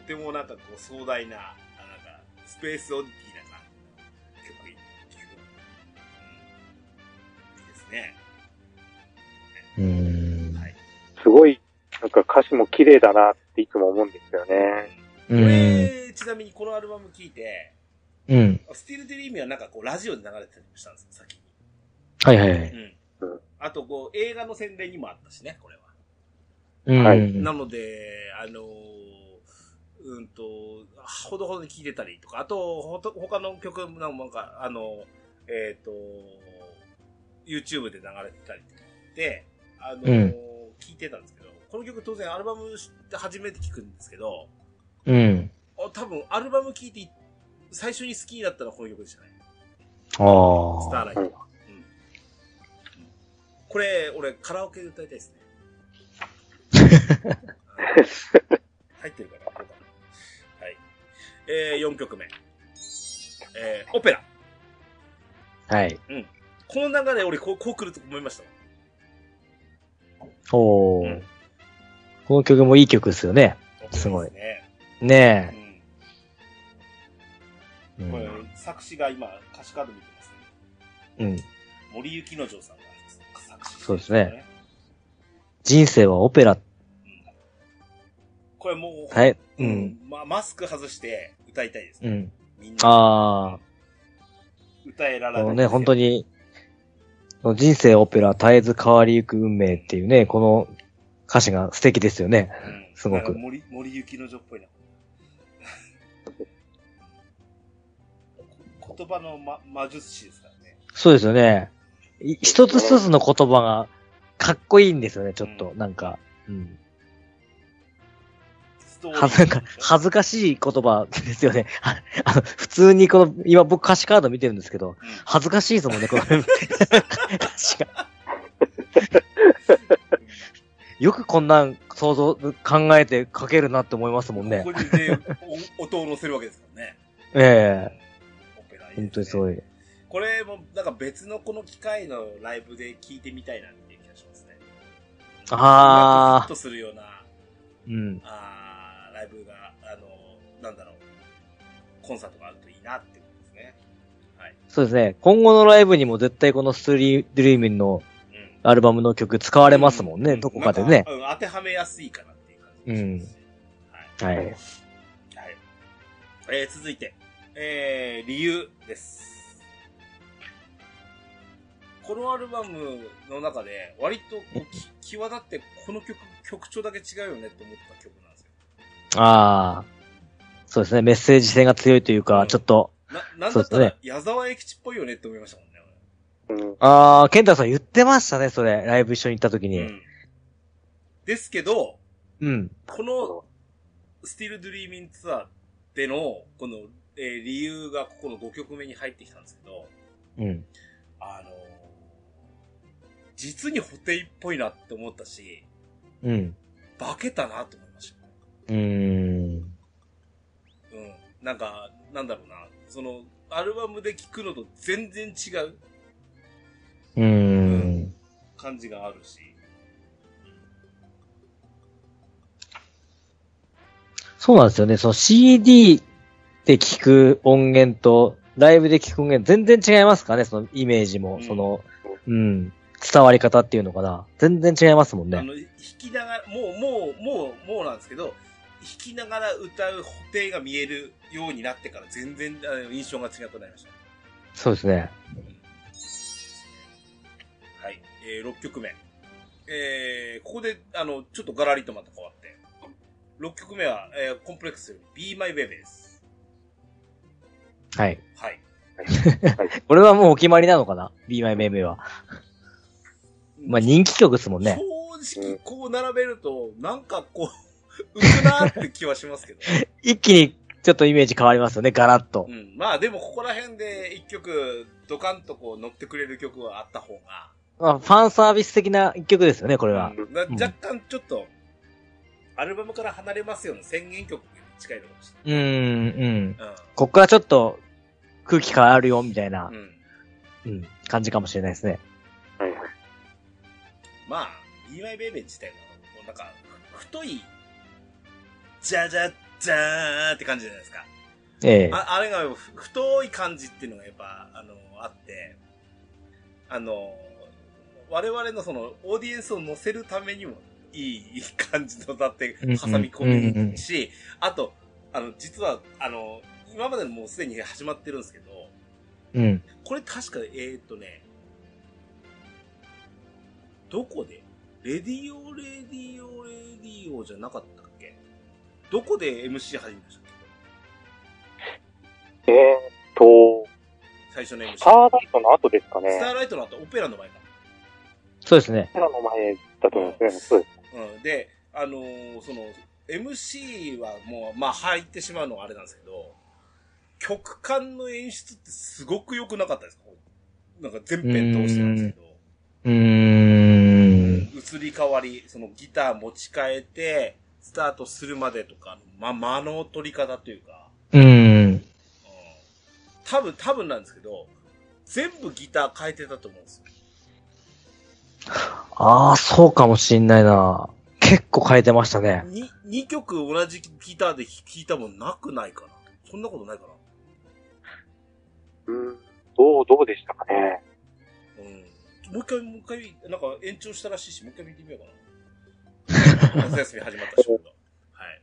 A: とてもなんかこう壮大な、あなんか、スペースオディティな感じの曲、曲。うん。いいですね。
B: うん。
A: はい。
C: すごい、なんか歌詞も綺麗だなっていつも思うんですよね。
B: う
A: こ
B: ん。
A: れ、ちなみにこのアルバム聴いて、
B: うん。
A: スティール・デリーミーはなんかこうラジオで流れてたりもしたんですよ、先に。
B: はいはいはい。
A: うん。あと、こう、映画の宣伝にもあったしね、これは。
B: うん。
C: はい
A: なので、あのーうんと、ほどほどに聴いてたりとか、あと、ほと他の曲もなんか、あの、えっ、と、YouTube で流れてたりとかで、あのー
B: うん
A: 聴いてたんですけど、この曲当然アルバム知って初めて聴くんですけど、
B: うん。
A: あ多分アルバム聴いて最初に好きになったのはこの曲でしたね。
B: ああ。
A: スターライトは。うん。これ、俺、カラオケで歌いたいですね。
B: *laughs*
A: 入ってるかなどうかなはい。えー、4曲目。えー、オペラ。
B: はい。
A: この流れ、俺こう、こう来ると思いましたもん
B: お
A: う
B: ー
A: ん。
B: この曲もいい曲ですよね。すごい
A: オペラです
B: ね
A: ね。
B: え。う
A: うん。これ
B: ん。、
A: 作詞が今、歌詞カード見てますね。
B: うん。
A: 森幸之丞さんが作詞してるんよ
B: そうですね。人生はオペラ。
A: うんこれもう、
B: はい。
A: う
B: うんん。、
A: ま、マスク外して歌いたいです
B: う
A: ね。
B: ん。
A: みんな
B: あ
A: 歌えら
B: あ。こ
A: れ
B: の
A: い。
B: ね、本当。に、この人生オペラ、絶えず変わりゆく運命っていうね、この歌詞が素敵ですよね。
A: うん
B: すごく
A: なんか森、 *laughs* 森幸之丞っぽいな。言葉の、ま、魔術師ですからね。
B: そうですよね。い一つ一つの言葉が、かっこいいんですよね、ちょっと。なんか、うん。
A: ストーリ
B: はず、なんか、恥ずかしい言葉ですよね。ああの、普通にこの、今僕歌詞カード見てるんですけど、
A: うん
B: 恥ずかしいですもんね、 *laughs* この歌詞が。よくこんなん想像、考えて書けるなって思いますもんね
A: こ。こにね、お *laughs* 音を乗せるわけですからね。
B: ええ
A: オペラいいですね
B: 本当にすごい。
A: これも、なんか別のこの機械のライブで聞いてみたいなっていう気がしますね。なんか
B: あ
A: フィッ
B: あ
A: ト、するような、
B: うん。
A: あーライブが、あの、なんだろう、コンサートがあるといいなって思いますね。はい。
B: そうですね。今後のライブにも絶対このストリードリーミンの
A: うん。
B: アルバムの曲使われますもんね、
A: う
B: どこかで
A: なん
B: ね。
A: うん、当てはめやすいかなっていう感じがしますし、
B: は
A: はい。
B: い。
A: はい。えー、続いて、えー、理由です。このアルバムの中で、割とこうき際立って、この曲、曲調だけ違うよねって思った曲なんですよ。
B: ああ。そうですね。メッセージ性が強いという
A: う
B: か、
A: ん
B: ちょっと。
A: な、なんだった
B: そうで
A: ら
B: す、
A: 矢沢永吉っぽいよねって思いましたもんね、
C: うん。
B: ああ、ケンタさん言ってましたね、それ。ライブ一緒に行った時
A: 俺
B: に。
A: ですけど、
B: うん。
A: この、スティル・ドリーミンツアーでの、この、えー理由がここの5曲目に入ってきたんですけど、
B: うん。
A: あのー実にホテイっぽいなって思ったし、
B: うん。
A: 化けたなと思いました。
B: うーん。
A: うん。なんか、なんだろうな。その、アルバムで聴くのと全然違う
B: うーん。
A: 感じがあるし。
B: そうなんですよね。その CD で聞く音源と、ライブで聞く音源、全然違いますからね、そのイメージも、
A: うん
B: その、うん。伝わり方っていうのかな。全然違いますもん
A: あ
B: ね。
A: の、弾きながら、もう、もう、もう、もうなんですけど、弾きながら歌うホテイが見えるようになってから全然あの印象が違くなりました。
B: そうですね。
A: はい。えー、6曲目。えー、ここで、あの、ちょっとガラリとまた変わって。6曲目は、えー、コンプレックスより Be My Baby です。
B: はい。
A: はい。
B: これはもうお決まりなのかな ?Be My Baby は。まあ、人気曲ですもんね。
A: 正直、こう並べると、なんかこう、浮くなーって気はし
B: *laughs*
A: ますけど。
B: 一気にちょっとイメージ変わりますよね、ガラッと
A: う。ん。まあ、でもここら辺で一曲、ドカンとこう乗ってくれる曲はあった方が、
B: まあ、ファンサービス的な一曲ですよね、これは。
C: う
A: な
B: うん
A: 若干ちょっと、アルバムから離れますような宣言曲に近いのかもし
B: うん、うん。
A: れない。
B: こっからちょっと空気変わるよ、みたいな
A: うん。、うん。
B: うん、感じかもしれないですね。
C: はいはい。
A: まあ、b y ベイベー自体が、もうなんか、太い、じゃじゃじゃーんって感じじゃないですか。
B: ええ。
A: ああれがふ太い感じっていうのがやっぱ、あの、あって、あの、我々のその、オーディエンスを乗せるためにも、いい感じのだって、挟
B: うんうん
A: み込むし、あと、あの、実は、あの、今までのもうすでに始まってるんですけど、
B: うん。
A: これ確か、えー、っとね、どこでレディオ、レディオ、レディオじゃなかったっけどこで MC 始めましたっけ
C: えーっと、
A: 最初の MC。
C: スターライトの後ですかね
A: スタ。ーライトの後、オペラの前か。
B: そうですね。
C: スターの前だと思うんですね。そうです。
A: うん。で、あのーその、MC はもう、まあ、入ってしまうのはあれなんですけど、曲間の演出ってすごく良くなかったですかなんか全編通してなんですけど。
B: うーん。
A: 移り変わり、そのギター持ち替えて、スタートするまでとか、ま、間の取り方というか、
B: うーん。
A: うん、多分、多分なんですけど、全部ギター変えてたと思うんですよ。
B: ああ、そうかもしんないな。結構変えてましたね。
A: に、2曲同じギターで弾いたもんなくないかな。そんなことないか
C: うん。どう、どうでしたかね。
A: な。うん。もう一回、もう一回、なんか延長したらしいし、もう一回見てみようかな。夏休み始まったし、僕がはい。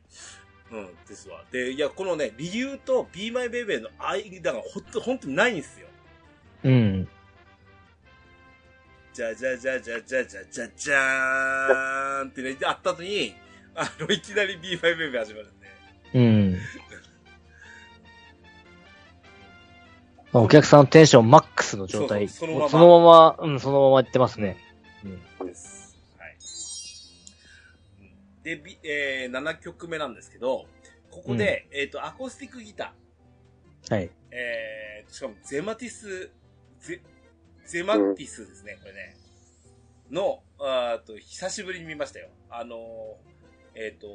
A: うん、ですわ。で、いや、このね、理由と Be My Baby の間がほんと、ほんとないんですよ。
B: うん。
A: じゃじゃじゃじゃじゃじゃじゃじゃーんってね、あった後に、あの、いきなり B5M 始まるんで。
B: うん。まあお客さんのテンションマックスの状態。
A: そうそうそのまま
B: そのまま、うん、そのまま行ってますね。
A: です。はい。で、びえー、7曲目なんですけど、ここで、えっ、と、アコースティックギタ
B: はい。
A: ー、えー、しかもゼマティス、ゼ、ゼマティスですね、これね。の、あーっと、久しぶりに見ましたよ。あのー、えっ、と、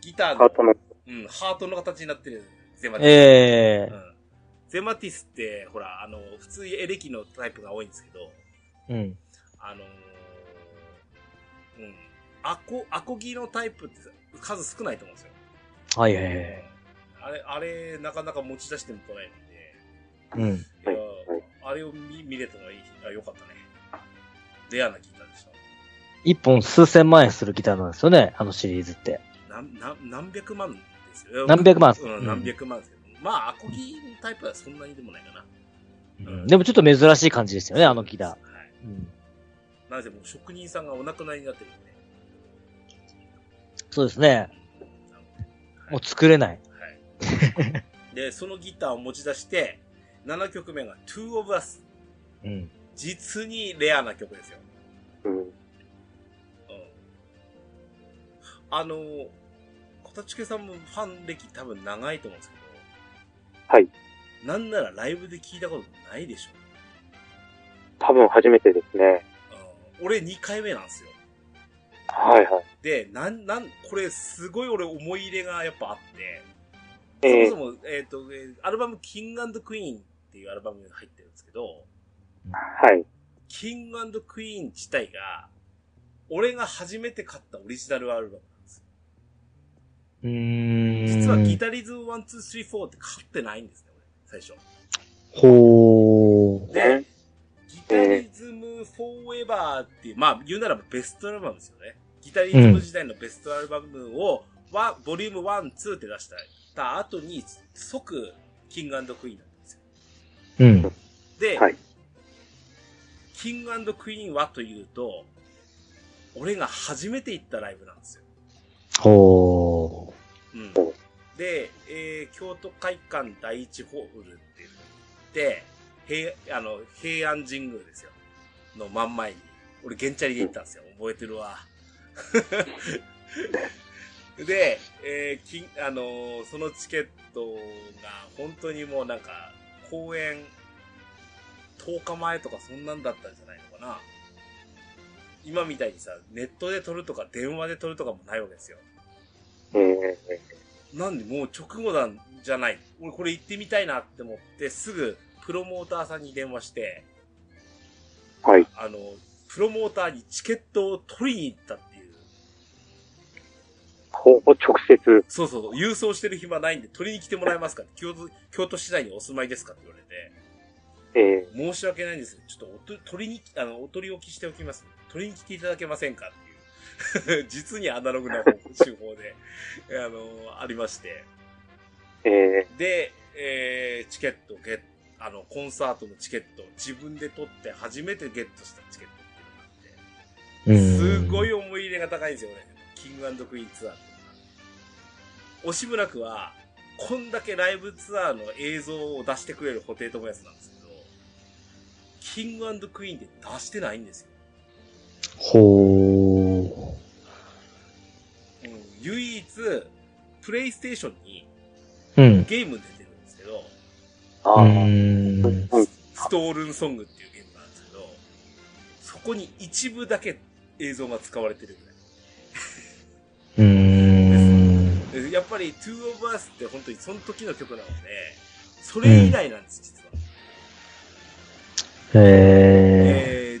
A: ギター
C: ハ
A: の
C: ー、トの、
A: うん、ハートの形になってるゼマティス。
B: ええ
A: うんゼマティスって、ほら、あの、普通エレキのタイプが多いんですけど、
B: うん。
A: あのーうん。アコ、アコギのタイプって数少ないと思うんですよ。
B: はいはいはい。
A: あれ、あれ、なかなか持ち出してもこないので、
B: うん。
A: いや
C: はい
A: あれを見見れたのはいいあよかったね。レアなギターでした。
B: 一本数千万円するギターなんですよね、あのシリーズって。
A: なん、なん、何百万ですよ。
B: 何百万
A: うん、何百万ですけど。まあ、アコギのタイプはそんなにでもないかな。うん
B: でもちょっと珍しい感じですよね、あのギター。
A: はい。
B: うん、
A: なので、もう職人さんがお亡くなりになってるんで。
B: そうですね。
A: なので
B: もう作れない。
A: はい。で、そのギターを持ち出して、7曲目が Two of Us。
B: うん。
A: 実にレアな曲ですよ。
C: うん。
A: うん。あの、こたちけさんもファン歴多分長いと思うんですけど。
C: はい。
A: なんならライブで聞いたことないでしょ。
C: 多分初めてですね。
A: うん、俺2回目なんですよ。
C: はいはい。
A: で、なん、なん、これすごい俺思い入れがやっぱあって、
C: ええ
A: そもそも、えっ、と、えーアルバムキングクイーンっていうアルバムに入ってるんですけど、
C: はい。
A: キングクイーン自体が、俺が初めて買ったオリジナルアルバムなんですよ。
B: うーん。
A: 実はギタリズム1234って買ってないんですね、俺、最初。
B: ほー。
A: で、ギタリズムフォーエバーっていう、まあ言うならばベストアルバムですよね。ギタリズム時代のベストアルバムを、は、ボリューム1、2って出したた後に、即、キングクイーンだったんですよ。
B: うん。
A: で、
C: はい
A: キングクイーンはというと、俺が初めて行ったライブなんですよ。
B: ほ
A: うん
C: お
A: で、えー京都会館第一ホールっていうので、平、あの、平安神宮ですよ。の真ん前に。俺、ゲンチャリで行ったんですよ。覚えてるわ。 *laughs* で、えー、きあのーそのチケットが、本当にもうなんか、公演、10日前とかそんなんだったんじゃないのかな。今みたいにさ、ネットで撮るとか電話で撮るとかもないわけですよ。
C: ええ
A: なんでもう直後なんじゃない。俺これ行ってみたいなって思って、すぐプロモーターさんに電話して、
C: はい。
A: あの、プロモーターにチケットを取りに行ったっていう。
C: ほぼ直接。
A: そうそうそう、郵送してる暇ないんで取りに来てもらえますかって、京都、京都市内にお住まいですかって言われて、
C: ええ
A: 申し訳ないんですけど、ちょっとおと取りに、あの、お取り置きしておきます。取りに来ていただけませんかっていう。 *laughs* 実にアナログな方法手法で、あの、ありまして。
C: ええ
A: で、えーチケットをゲッあの、コンサートのチケットを自分で取って初めてゲットしたチケットって
B: う
A: いうのがあって、
B: ん。
A: すごい
B: い。
A: 思い入れが高いんですよね。キングクイーンツアーっていうのは。押村区は、こんだけライブツアーの映像を出してくれる布袋友康なんですけど、キングクイーンって出してないんですよ。
B: ほ
A: う
B: ー。
A: ん、唯一、プレイステーションに
B: うん。
A: ゲーム出てるんですけど、
C: あ
B: う
C: あ、
B: ん。
C: うん
A: ストールンソングっていうゲームなんですけど、そこに一部だけ映像が使われてるぐらい。
B: うん。
A: でやっぱり Two of Us って本当にその時の曲なので、それ以来なんです、実は。
B: え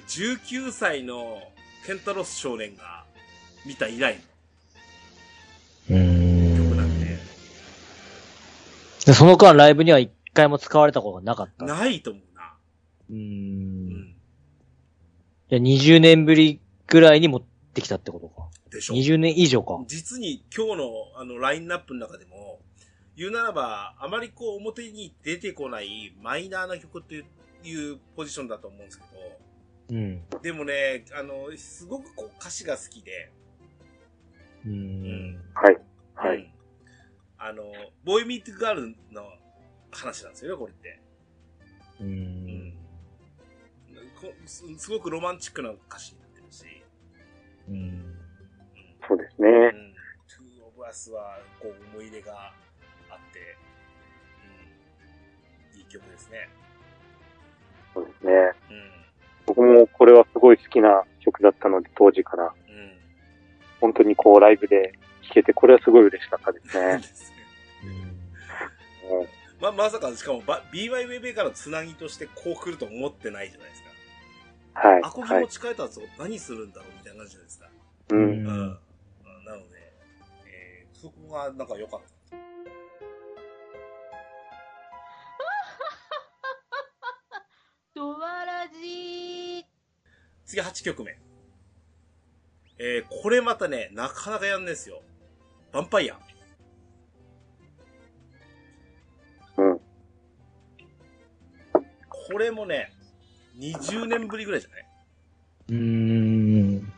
A: えー、19歳のケンタロス少年が見た以来
B: ー。う
A: の
B: ん
A: 曲なんで、
B: で、その間ライブには一回も使われたことがなかった。
A: ないと思うな。
B: うー。
A: うんん。
B: じゃあ20年ぶりぐらいに持ってきたってことか。
A: でしょ
B: 20年以上か。
A: 実に今日のあのラインナップの中でも、言うならば、あまりこう表に出てこないマイナーな曲といういうポジションだと思うんですけ
B: うん。
A: ど、でもね、あの、すごくこう歌詞が好きで、
B: うー
A: ん
B: ん。
C: は
A: う
C: い。
A: んあの、ボーイミートガールの話なんですよね、これって。
B: う。
A: うんんこすすごくロマンチックな歌詞になってるし、
B: うん。
A: うん
C: そうですね。
A: うん、Two of Us はこう思い入れがあって、うん、いい曲ですね。
C: そうですね。
A: う
C: 僕もこれはすごい好きな曲だったので、当時から。
A: ん、うん。
C: 本当にこうライブで聴けて、これはすごい嬉しかったです *laughs* ね。
A: ですね
B: うん
C: もう
A: ま、まさか、しかもば BYWB からのつなぎとしてこう来ると思ってないじゃないですか。
C: はい。
A: アコギ
C: は
A: 持
C: い。
A: ち替えたやつを何するんだろうみたいな感じじゃないですか。
C: うん。
A: うん。
B: うん
A: なので、えー、そこがなんか良かった。
E: ドワラジ
A: 次8曲目。えー、これまたね、なかなかやんないですよ。ヴァンパイア。
C: うん。
A: これもね、20年ぶりぐらいじゃない。
B: うん。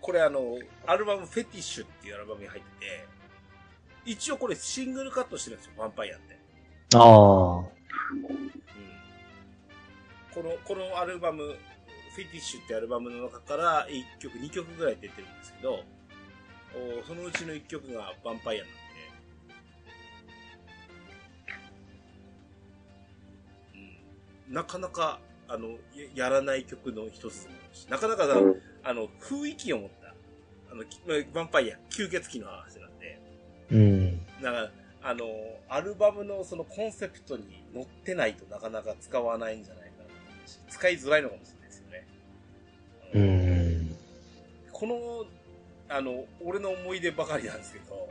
A: これあの、アルバムフェティッシュっていうアルバムに入ってて、一応これシングルカットしてるんですよ、ヴァンパイアって。
B: ああ。
A: この、このアルバム、フィティッシュってアルバムの中から1曲、2曲ぐらい出てるんですけど、おそのうちの1曲がヴァンパイアなんで、うん、なかなか、あの、ややらない曲の一つでもあるし、なかなかあの、
C: うん
A: あの雰囲気を持った、あの、きまあヴァンパイア、吸血鬼の話なんで、
B: うん。
A: だから、あの、アルバムのそのコンセプトに乗ってないとなかなか使わないんじゃないかなと思うし、使いづらいのかもしれないですよね。
B: う、ん。
A: この、あの、俺の思い出ばかりなんですけど、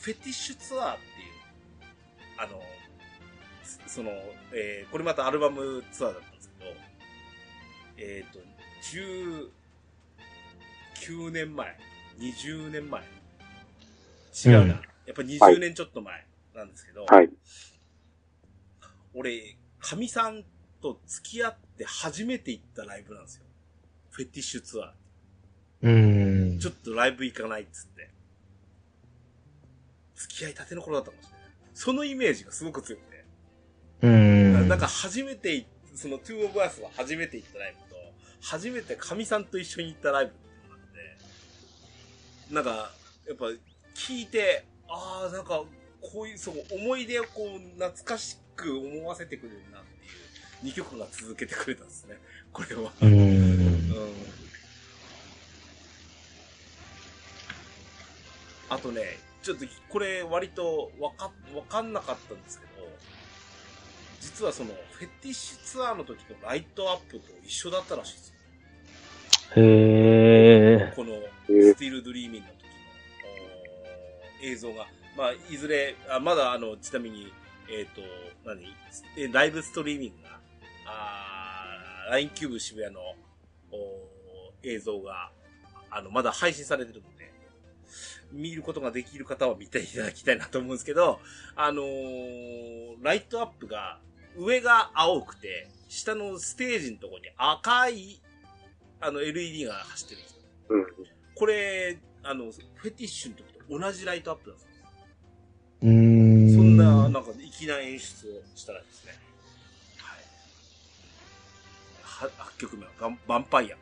A: フェティッシュツアーっていう、あの、つその、えーこれまたアルバムツアーだったんですけど、えっ、と、19年前、20年前、違うな。
B: うん
A: やっぱ20年ちょっと前なんですけど、
C: はい。
A: 俺、かみさんと付き合って初めて行ったライブなんですよ。フェティッシュツアー。
B: うん。
A: ちょっとライブ行かないっつって。付き合いたての頃だったかもしれない。そのイメージがすごく強くて。
B: うん。
A: なんか、初めてい、その Two of Us は初めて行ったライブと、初めて神さんと一緒に行ったライブっていうのがあって、なんか、やっぱ聞いて、ああ、なんか、こういう、その思い出をこう、懐かしく思わせてくれるなっていう、2曲が続けてくれたんですね。これは。
B: うん。
A: あとね、ちょっとこれ割とわか、わかんなかったんですけど、実はその、フェティッシュツアーの時のライトアップと一緒だったらしいですよ。
B: へえ。
A: この、
C: え
A: スティールドリーミングの時の、おー映像が。まあ、いずれ、あまだあの、ちなみに、えっ、と、何えライブストリーミングが、あー LINE キューブ渋谷の、おー映像が、あの、まだ配信されてるので、見ることができる方は見ていただきたいなと思うんですけど、あのーライトアップが、上が青くて、下のステージのところに赤い、あの、LED が走ってるんですよ。
C: うん。
A: これ、あの、フェティッシュの時と同じライトアップだそうで
B: うん。
A: す。そんな、なんか、粋な演出をしたらしいですね。はい。は8曲目はガン、ヴァンパイア。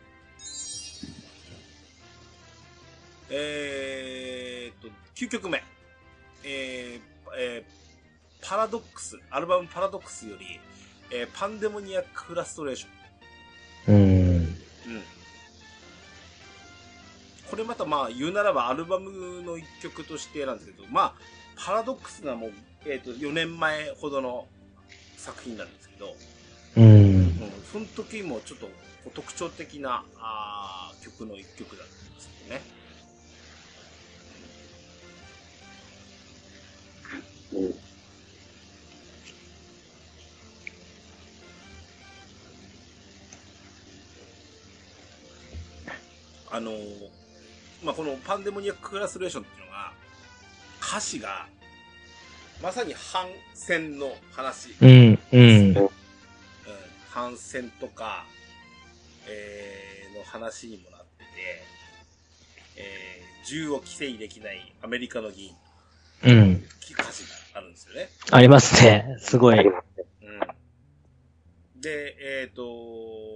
A: えーっと、9曲目。えーえーパラドックス、アルバムパラドックスより、えーパンデモニアックフラストレーション。
B: うん。
A: うんこれまたまあ言うならばアルバムの一曲としてなんですけど、まあ、パラドックスなもう、えっ、と、4年前ほどの作品なんですけど、
B: うん。
A: うん、その時もちょっとこう特徴的なあー曲の一曲だったんですけどね。
C: うん
A: あのーまあ、このパンデモニアックフラストレーションっていうのが、歌詞が、まさに反戦の話。
B: うん。うん。
A: うん反戦とか、えーの話にもなってて、えー銃を規制できないアメリカの議員、
B: うん。
A: き歌詞があるんですよね。
B: ありますね。すごい
C: あ。りますね。
A: うん。で、えっ、と、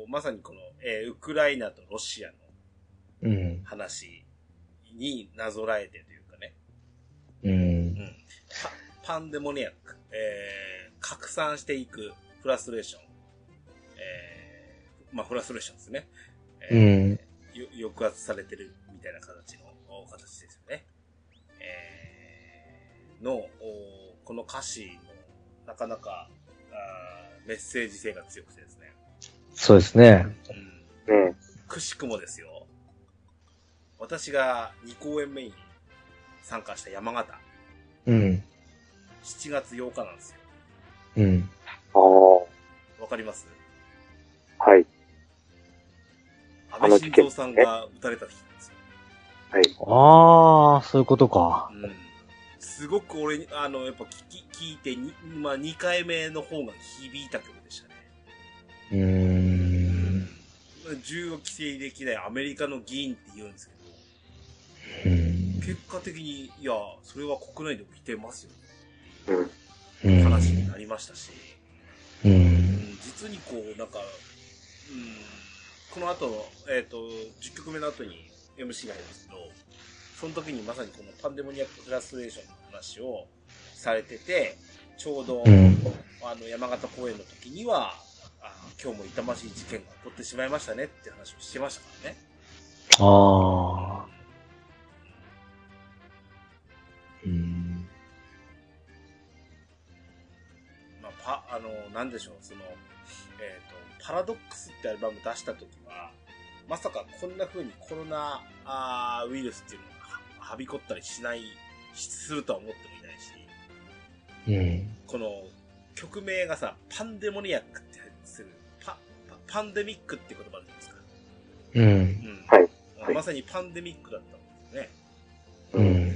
A: まさにこの、えーウクライナとロシアの
B: うん。
A: 話になぞらえてというかね、
B: うん。
A: パンデモニアック、えー、拡散していくフラストレーション、えー、まあフラストレーションですね。えーよ抑圧されてるみたいな形の、お形ですよね。えー、の、おこの歌詞も、なかなか、あーメッセージ性が強くてですね。
B: そうですね。
A: うん
C: ね
A: くしくもですよ。私が2公演目に参加した山形、
B: うん。
A: 7月8日なんですよ。
B: うん。
C: ああ、
A: わかります
C: はい、
A: 安倍晋三さんが撃たれた日なんですよ。
C: は
B: あ
C: い。
B: あ、そういうことか。
A: うん。すごく俺に、あの、やっぱ聞き、聞いてに、まあ2回目の方が響いた曲でしたね。
B: うーん。
A: 銃を規制できないアメリカの議員って言うんですけど、
B: うん。
A: 結果的に、いや、それは国内でも見てますよ、
C: うん。
B: うん
A: 話になりましたし、
B: う。
A: うんん、実にこう、なんか、うん、この後、えっ、と、10曲目の後に MC が入るんですけど、その時にまさにこのパンデモニアックフラストレーションの話をされてて、ちょうど、
B: うん。
A: あの、山形公演の時には、あ今日も痛ましい事件が起こってしまいましたねって話をしてましたからね。
B: ああ。うん。
A: まあ、パ、あの、なんでしょう、その、えっ、と、パラドックスってアルバム出した時は、まさかこんな風にコロナあーウイルスっていうのがははびこったりしない、しするとは思ってもいないし、
B: うん。
A: この曲名がさ、パンデモニアックってする、パ、パパンデミックって言葉あるじゃないですか。うん。
B: うん。
C: はい
A: まあ
C: はい
A: まさにパンデミックだったんですよね。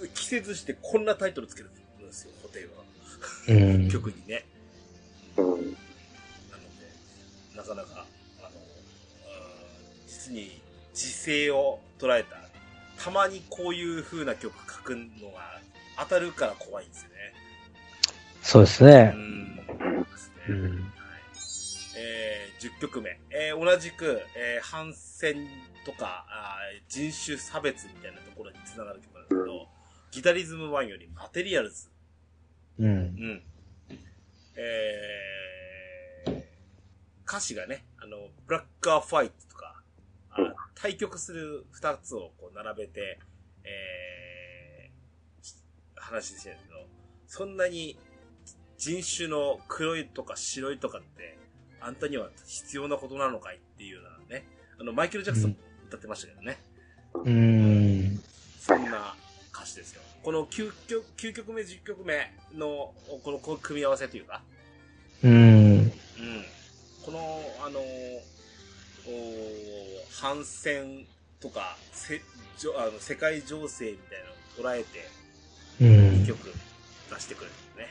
B: うん。
A: 季節してこんなタイトルつけるんですよ、固定は。
B: うん。
A: 曲にね。
C: うん。
A: なので、なかなか、あの、うん実に時勢を捉えた、たまにこういう風な曲書くのが当たるから怖いんですよね。
B: そうですね
A: う。ん。ですね。
B: うん
A: はいえー10曲目。えー同じく、えー反戦とかあー人種差別みたいなところにつながる曲なんですけど、ギタリズム1よりマテリアルズ
B: うん。
A: うん。えー、歌詞がね、あの、ブラックアファイトとか、あ
C: うん
A: 対局する二つをこう並べて、えー、話してるんですけど、そんなに人種の黒いとか白いとかって、あんたには必要なことなのかいっていうようなね、あの、マイケル・ジャクソンも歌ってましたけどね。
B: うん。
A: そんな歌詞ですよ。この9曲 ,9 曲目、10曲目のこのこの組み合わせというか、
B: うん。
A: うん、この、あのーおー反戦とかせじょあの世界情勢みたいなのを捉えて
B: う
A: 2
B: ん。
A: 曲出してくれるんで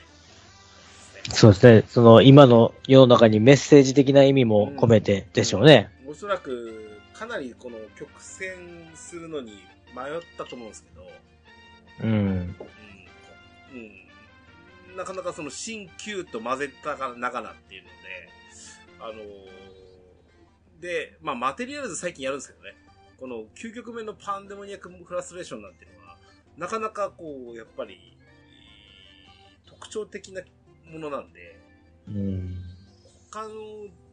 A: すね。
B: そうですね。その、今の世の中にメッセージ的な意味も込めてでしょうね。
A: おそらく、かなりこの曲線するのに迷ったと思うんですけど、
B: うん。
A: うんうん、なかなかその新旧と混ぜたがながらっていうので、あのーで、まあマテリアルズ最近やるんですけどね、この究極目のパンデモニアックフラストレーションなんていうのは、なかなかこう、やっぱり、えー特徴的なものなんで、
B: うん。
A: 他の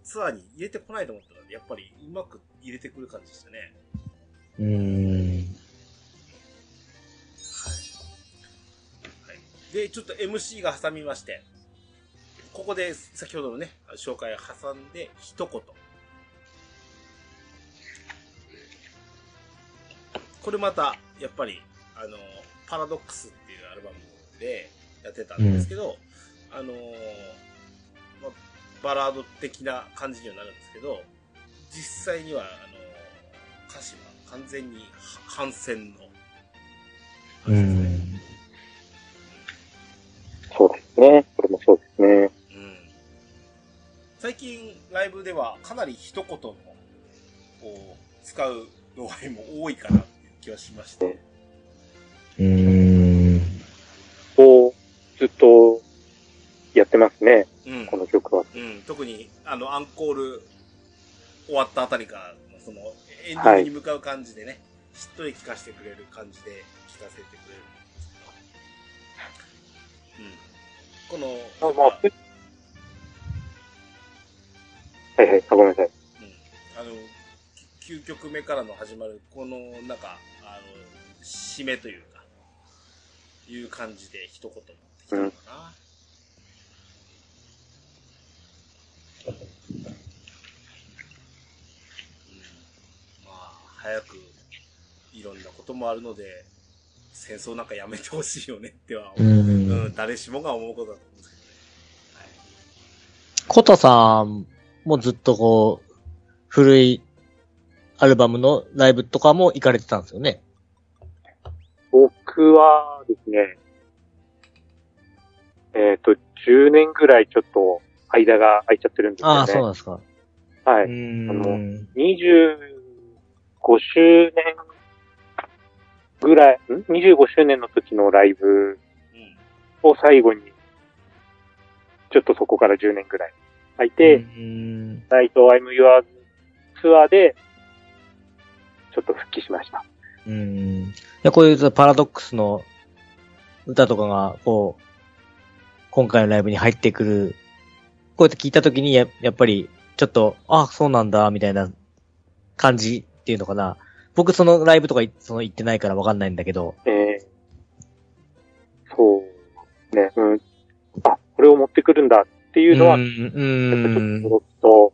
A: ツアーに入れてこないと思ったので、やっぱりうまく入れてくる感じでしたね。
B: うん。
A: はい。で、ちょっと MC が挟みまして、ここで先ほどのね、紹介を挟んで、一言。これまた、やっぱり、あの、パラドックスっていうアルバムでやってたんですけど、あの、まあバラード的な感じにはなるんですけど、実際には、あの、歌詞は完全に反戦の
B: う
A: 話ですね。
B: ん。
C: そうですね。これもそうですね。
A: うん最近ライブではかなり一言のこう使う度合いも多いかなっていう気はしまして、
B: うん。
C: ずっとやってますね、
A: うん
C: こ。の曲は。
A: うん。特に、あの、アンコール終わったあたりから、その、エンディングに向かう感じでね、しっとり聴かせてくれる感じで聴かせてくれるんですけど。うん。この、
C: あまあはいはい、あごめんなさい。
A: うんあの、き9曲目からの始まる、この、なんか、あの、締めというか、いう感じで一言持ってきたのかな。うんまあ、早く、いろんなこともあるので、戦争なんかやめてほしいよねっては、
B: う
A: うん、
B: ん。
A: 誰しもが思うことだと思うんですけどね。はい
B: コタさんもずっとこう、古いアルバムのライブとかも行かれてたんですよね。
C: 僕はですね、えっ、と、10年ぐらいちょっと間が空いちゃってるんですよね。
B: ああ、そうなんですか。
C: は
B: う
C: い。
B: ん。
C: 25周年ぐらい、ん ?25 周年の時のライブ
A: うん
C: を最後に、ちょっとそこから10年ぐらい空いて、
B: うん
C: ナイト I'm Yours ツアーで、ちょっと復帰しました。
B: うん。いや、こういうパラドックスの歌とかが、こう、今回のライブに入ってくる、こうやって聞いたときにや、やっぱり、ちょっと、あ、そうなんだ、みたいな感じっていうのかな。僕、そのライブとかい、その行ってないからわかんないんだけど、
C: えー、そう、ね、うん。あ、これを持ってくるんだっていうのは、
B: う
C: やっ
B: ん
C: ぱちょっと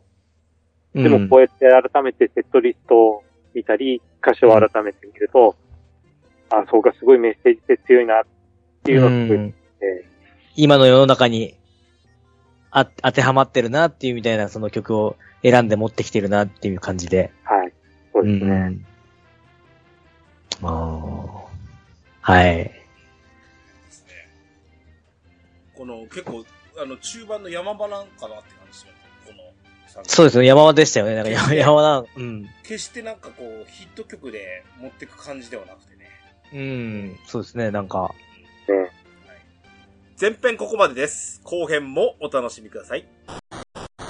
B: う
C: 驚くと、
B: ん。
C: でもこうやって改めてセットリストを見たり、歌詞を改めて見ると、あ、そうか、すごいメッセージ性強いなっていうのをすごい、
B: うん
C: え
B: 今の世の中にあ当てはまってるなっていうみたいなその曲を選んで持ってきてるなっていう感じで。
C: ーはい。そうですね。
B: ん。ああ。はい。
A: ですね。この結構、あの、中盤の山場なんかなって感じですよね。この三曲
B: そうですね、山場でしたよね。なん
A: そう
B: か
A: で
B: 山
A: すね
B: 山な、うん。
A: 決してなんかこう、ヒット曲で持ってく感じではなくてね。
B: うん、そうですね、なんか。
C: ね
A: 前編ここまでです。後編もお楽しみください。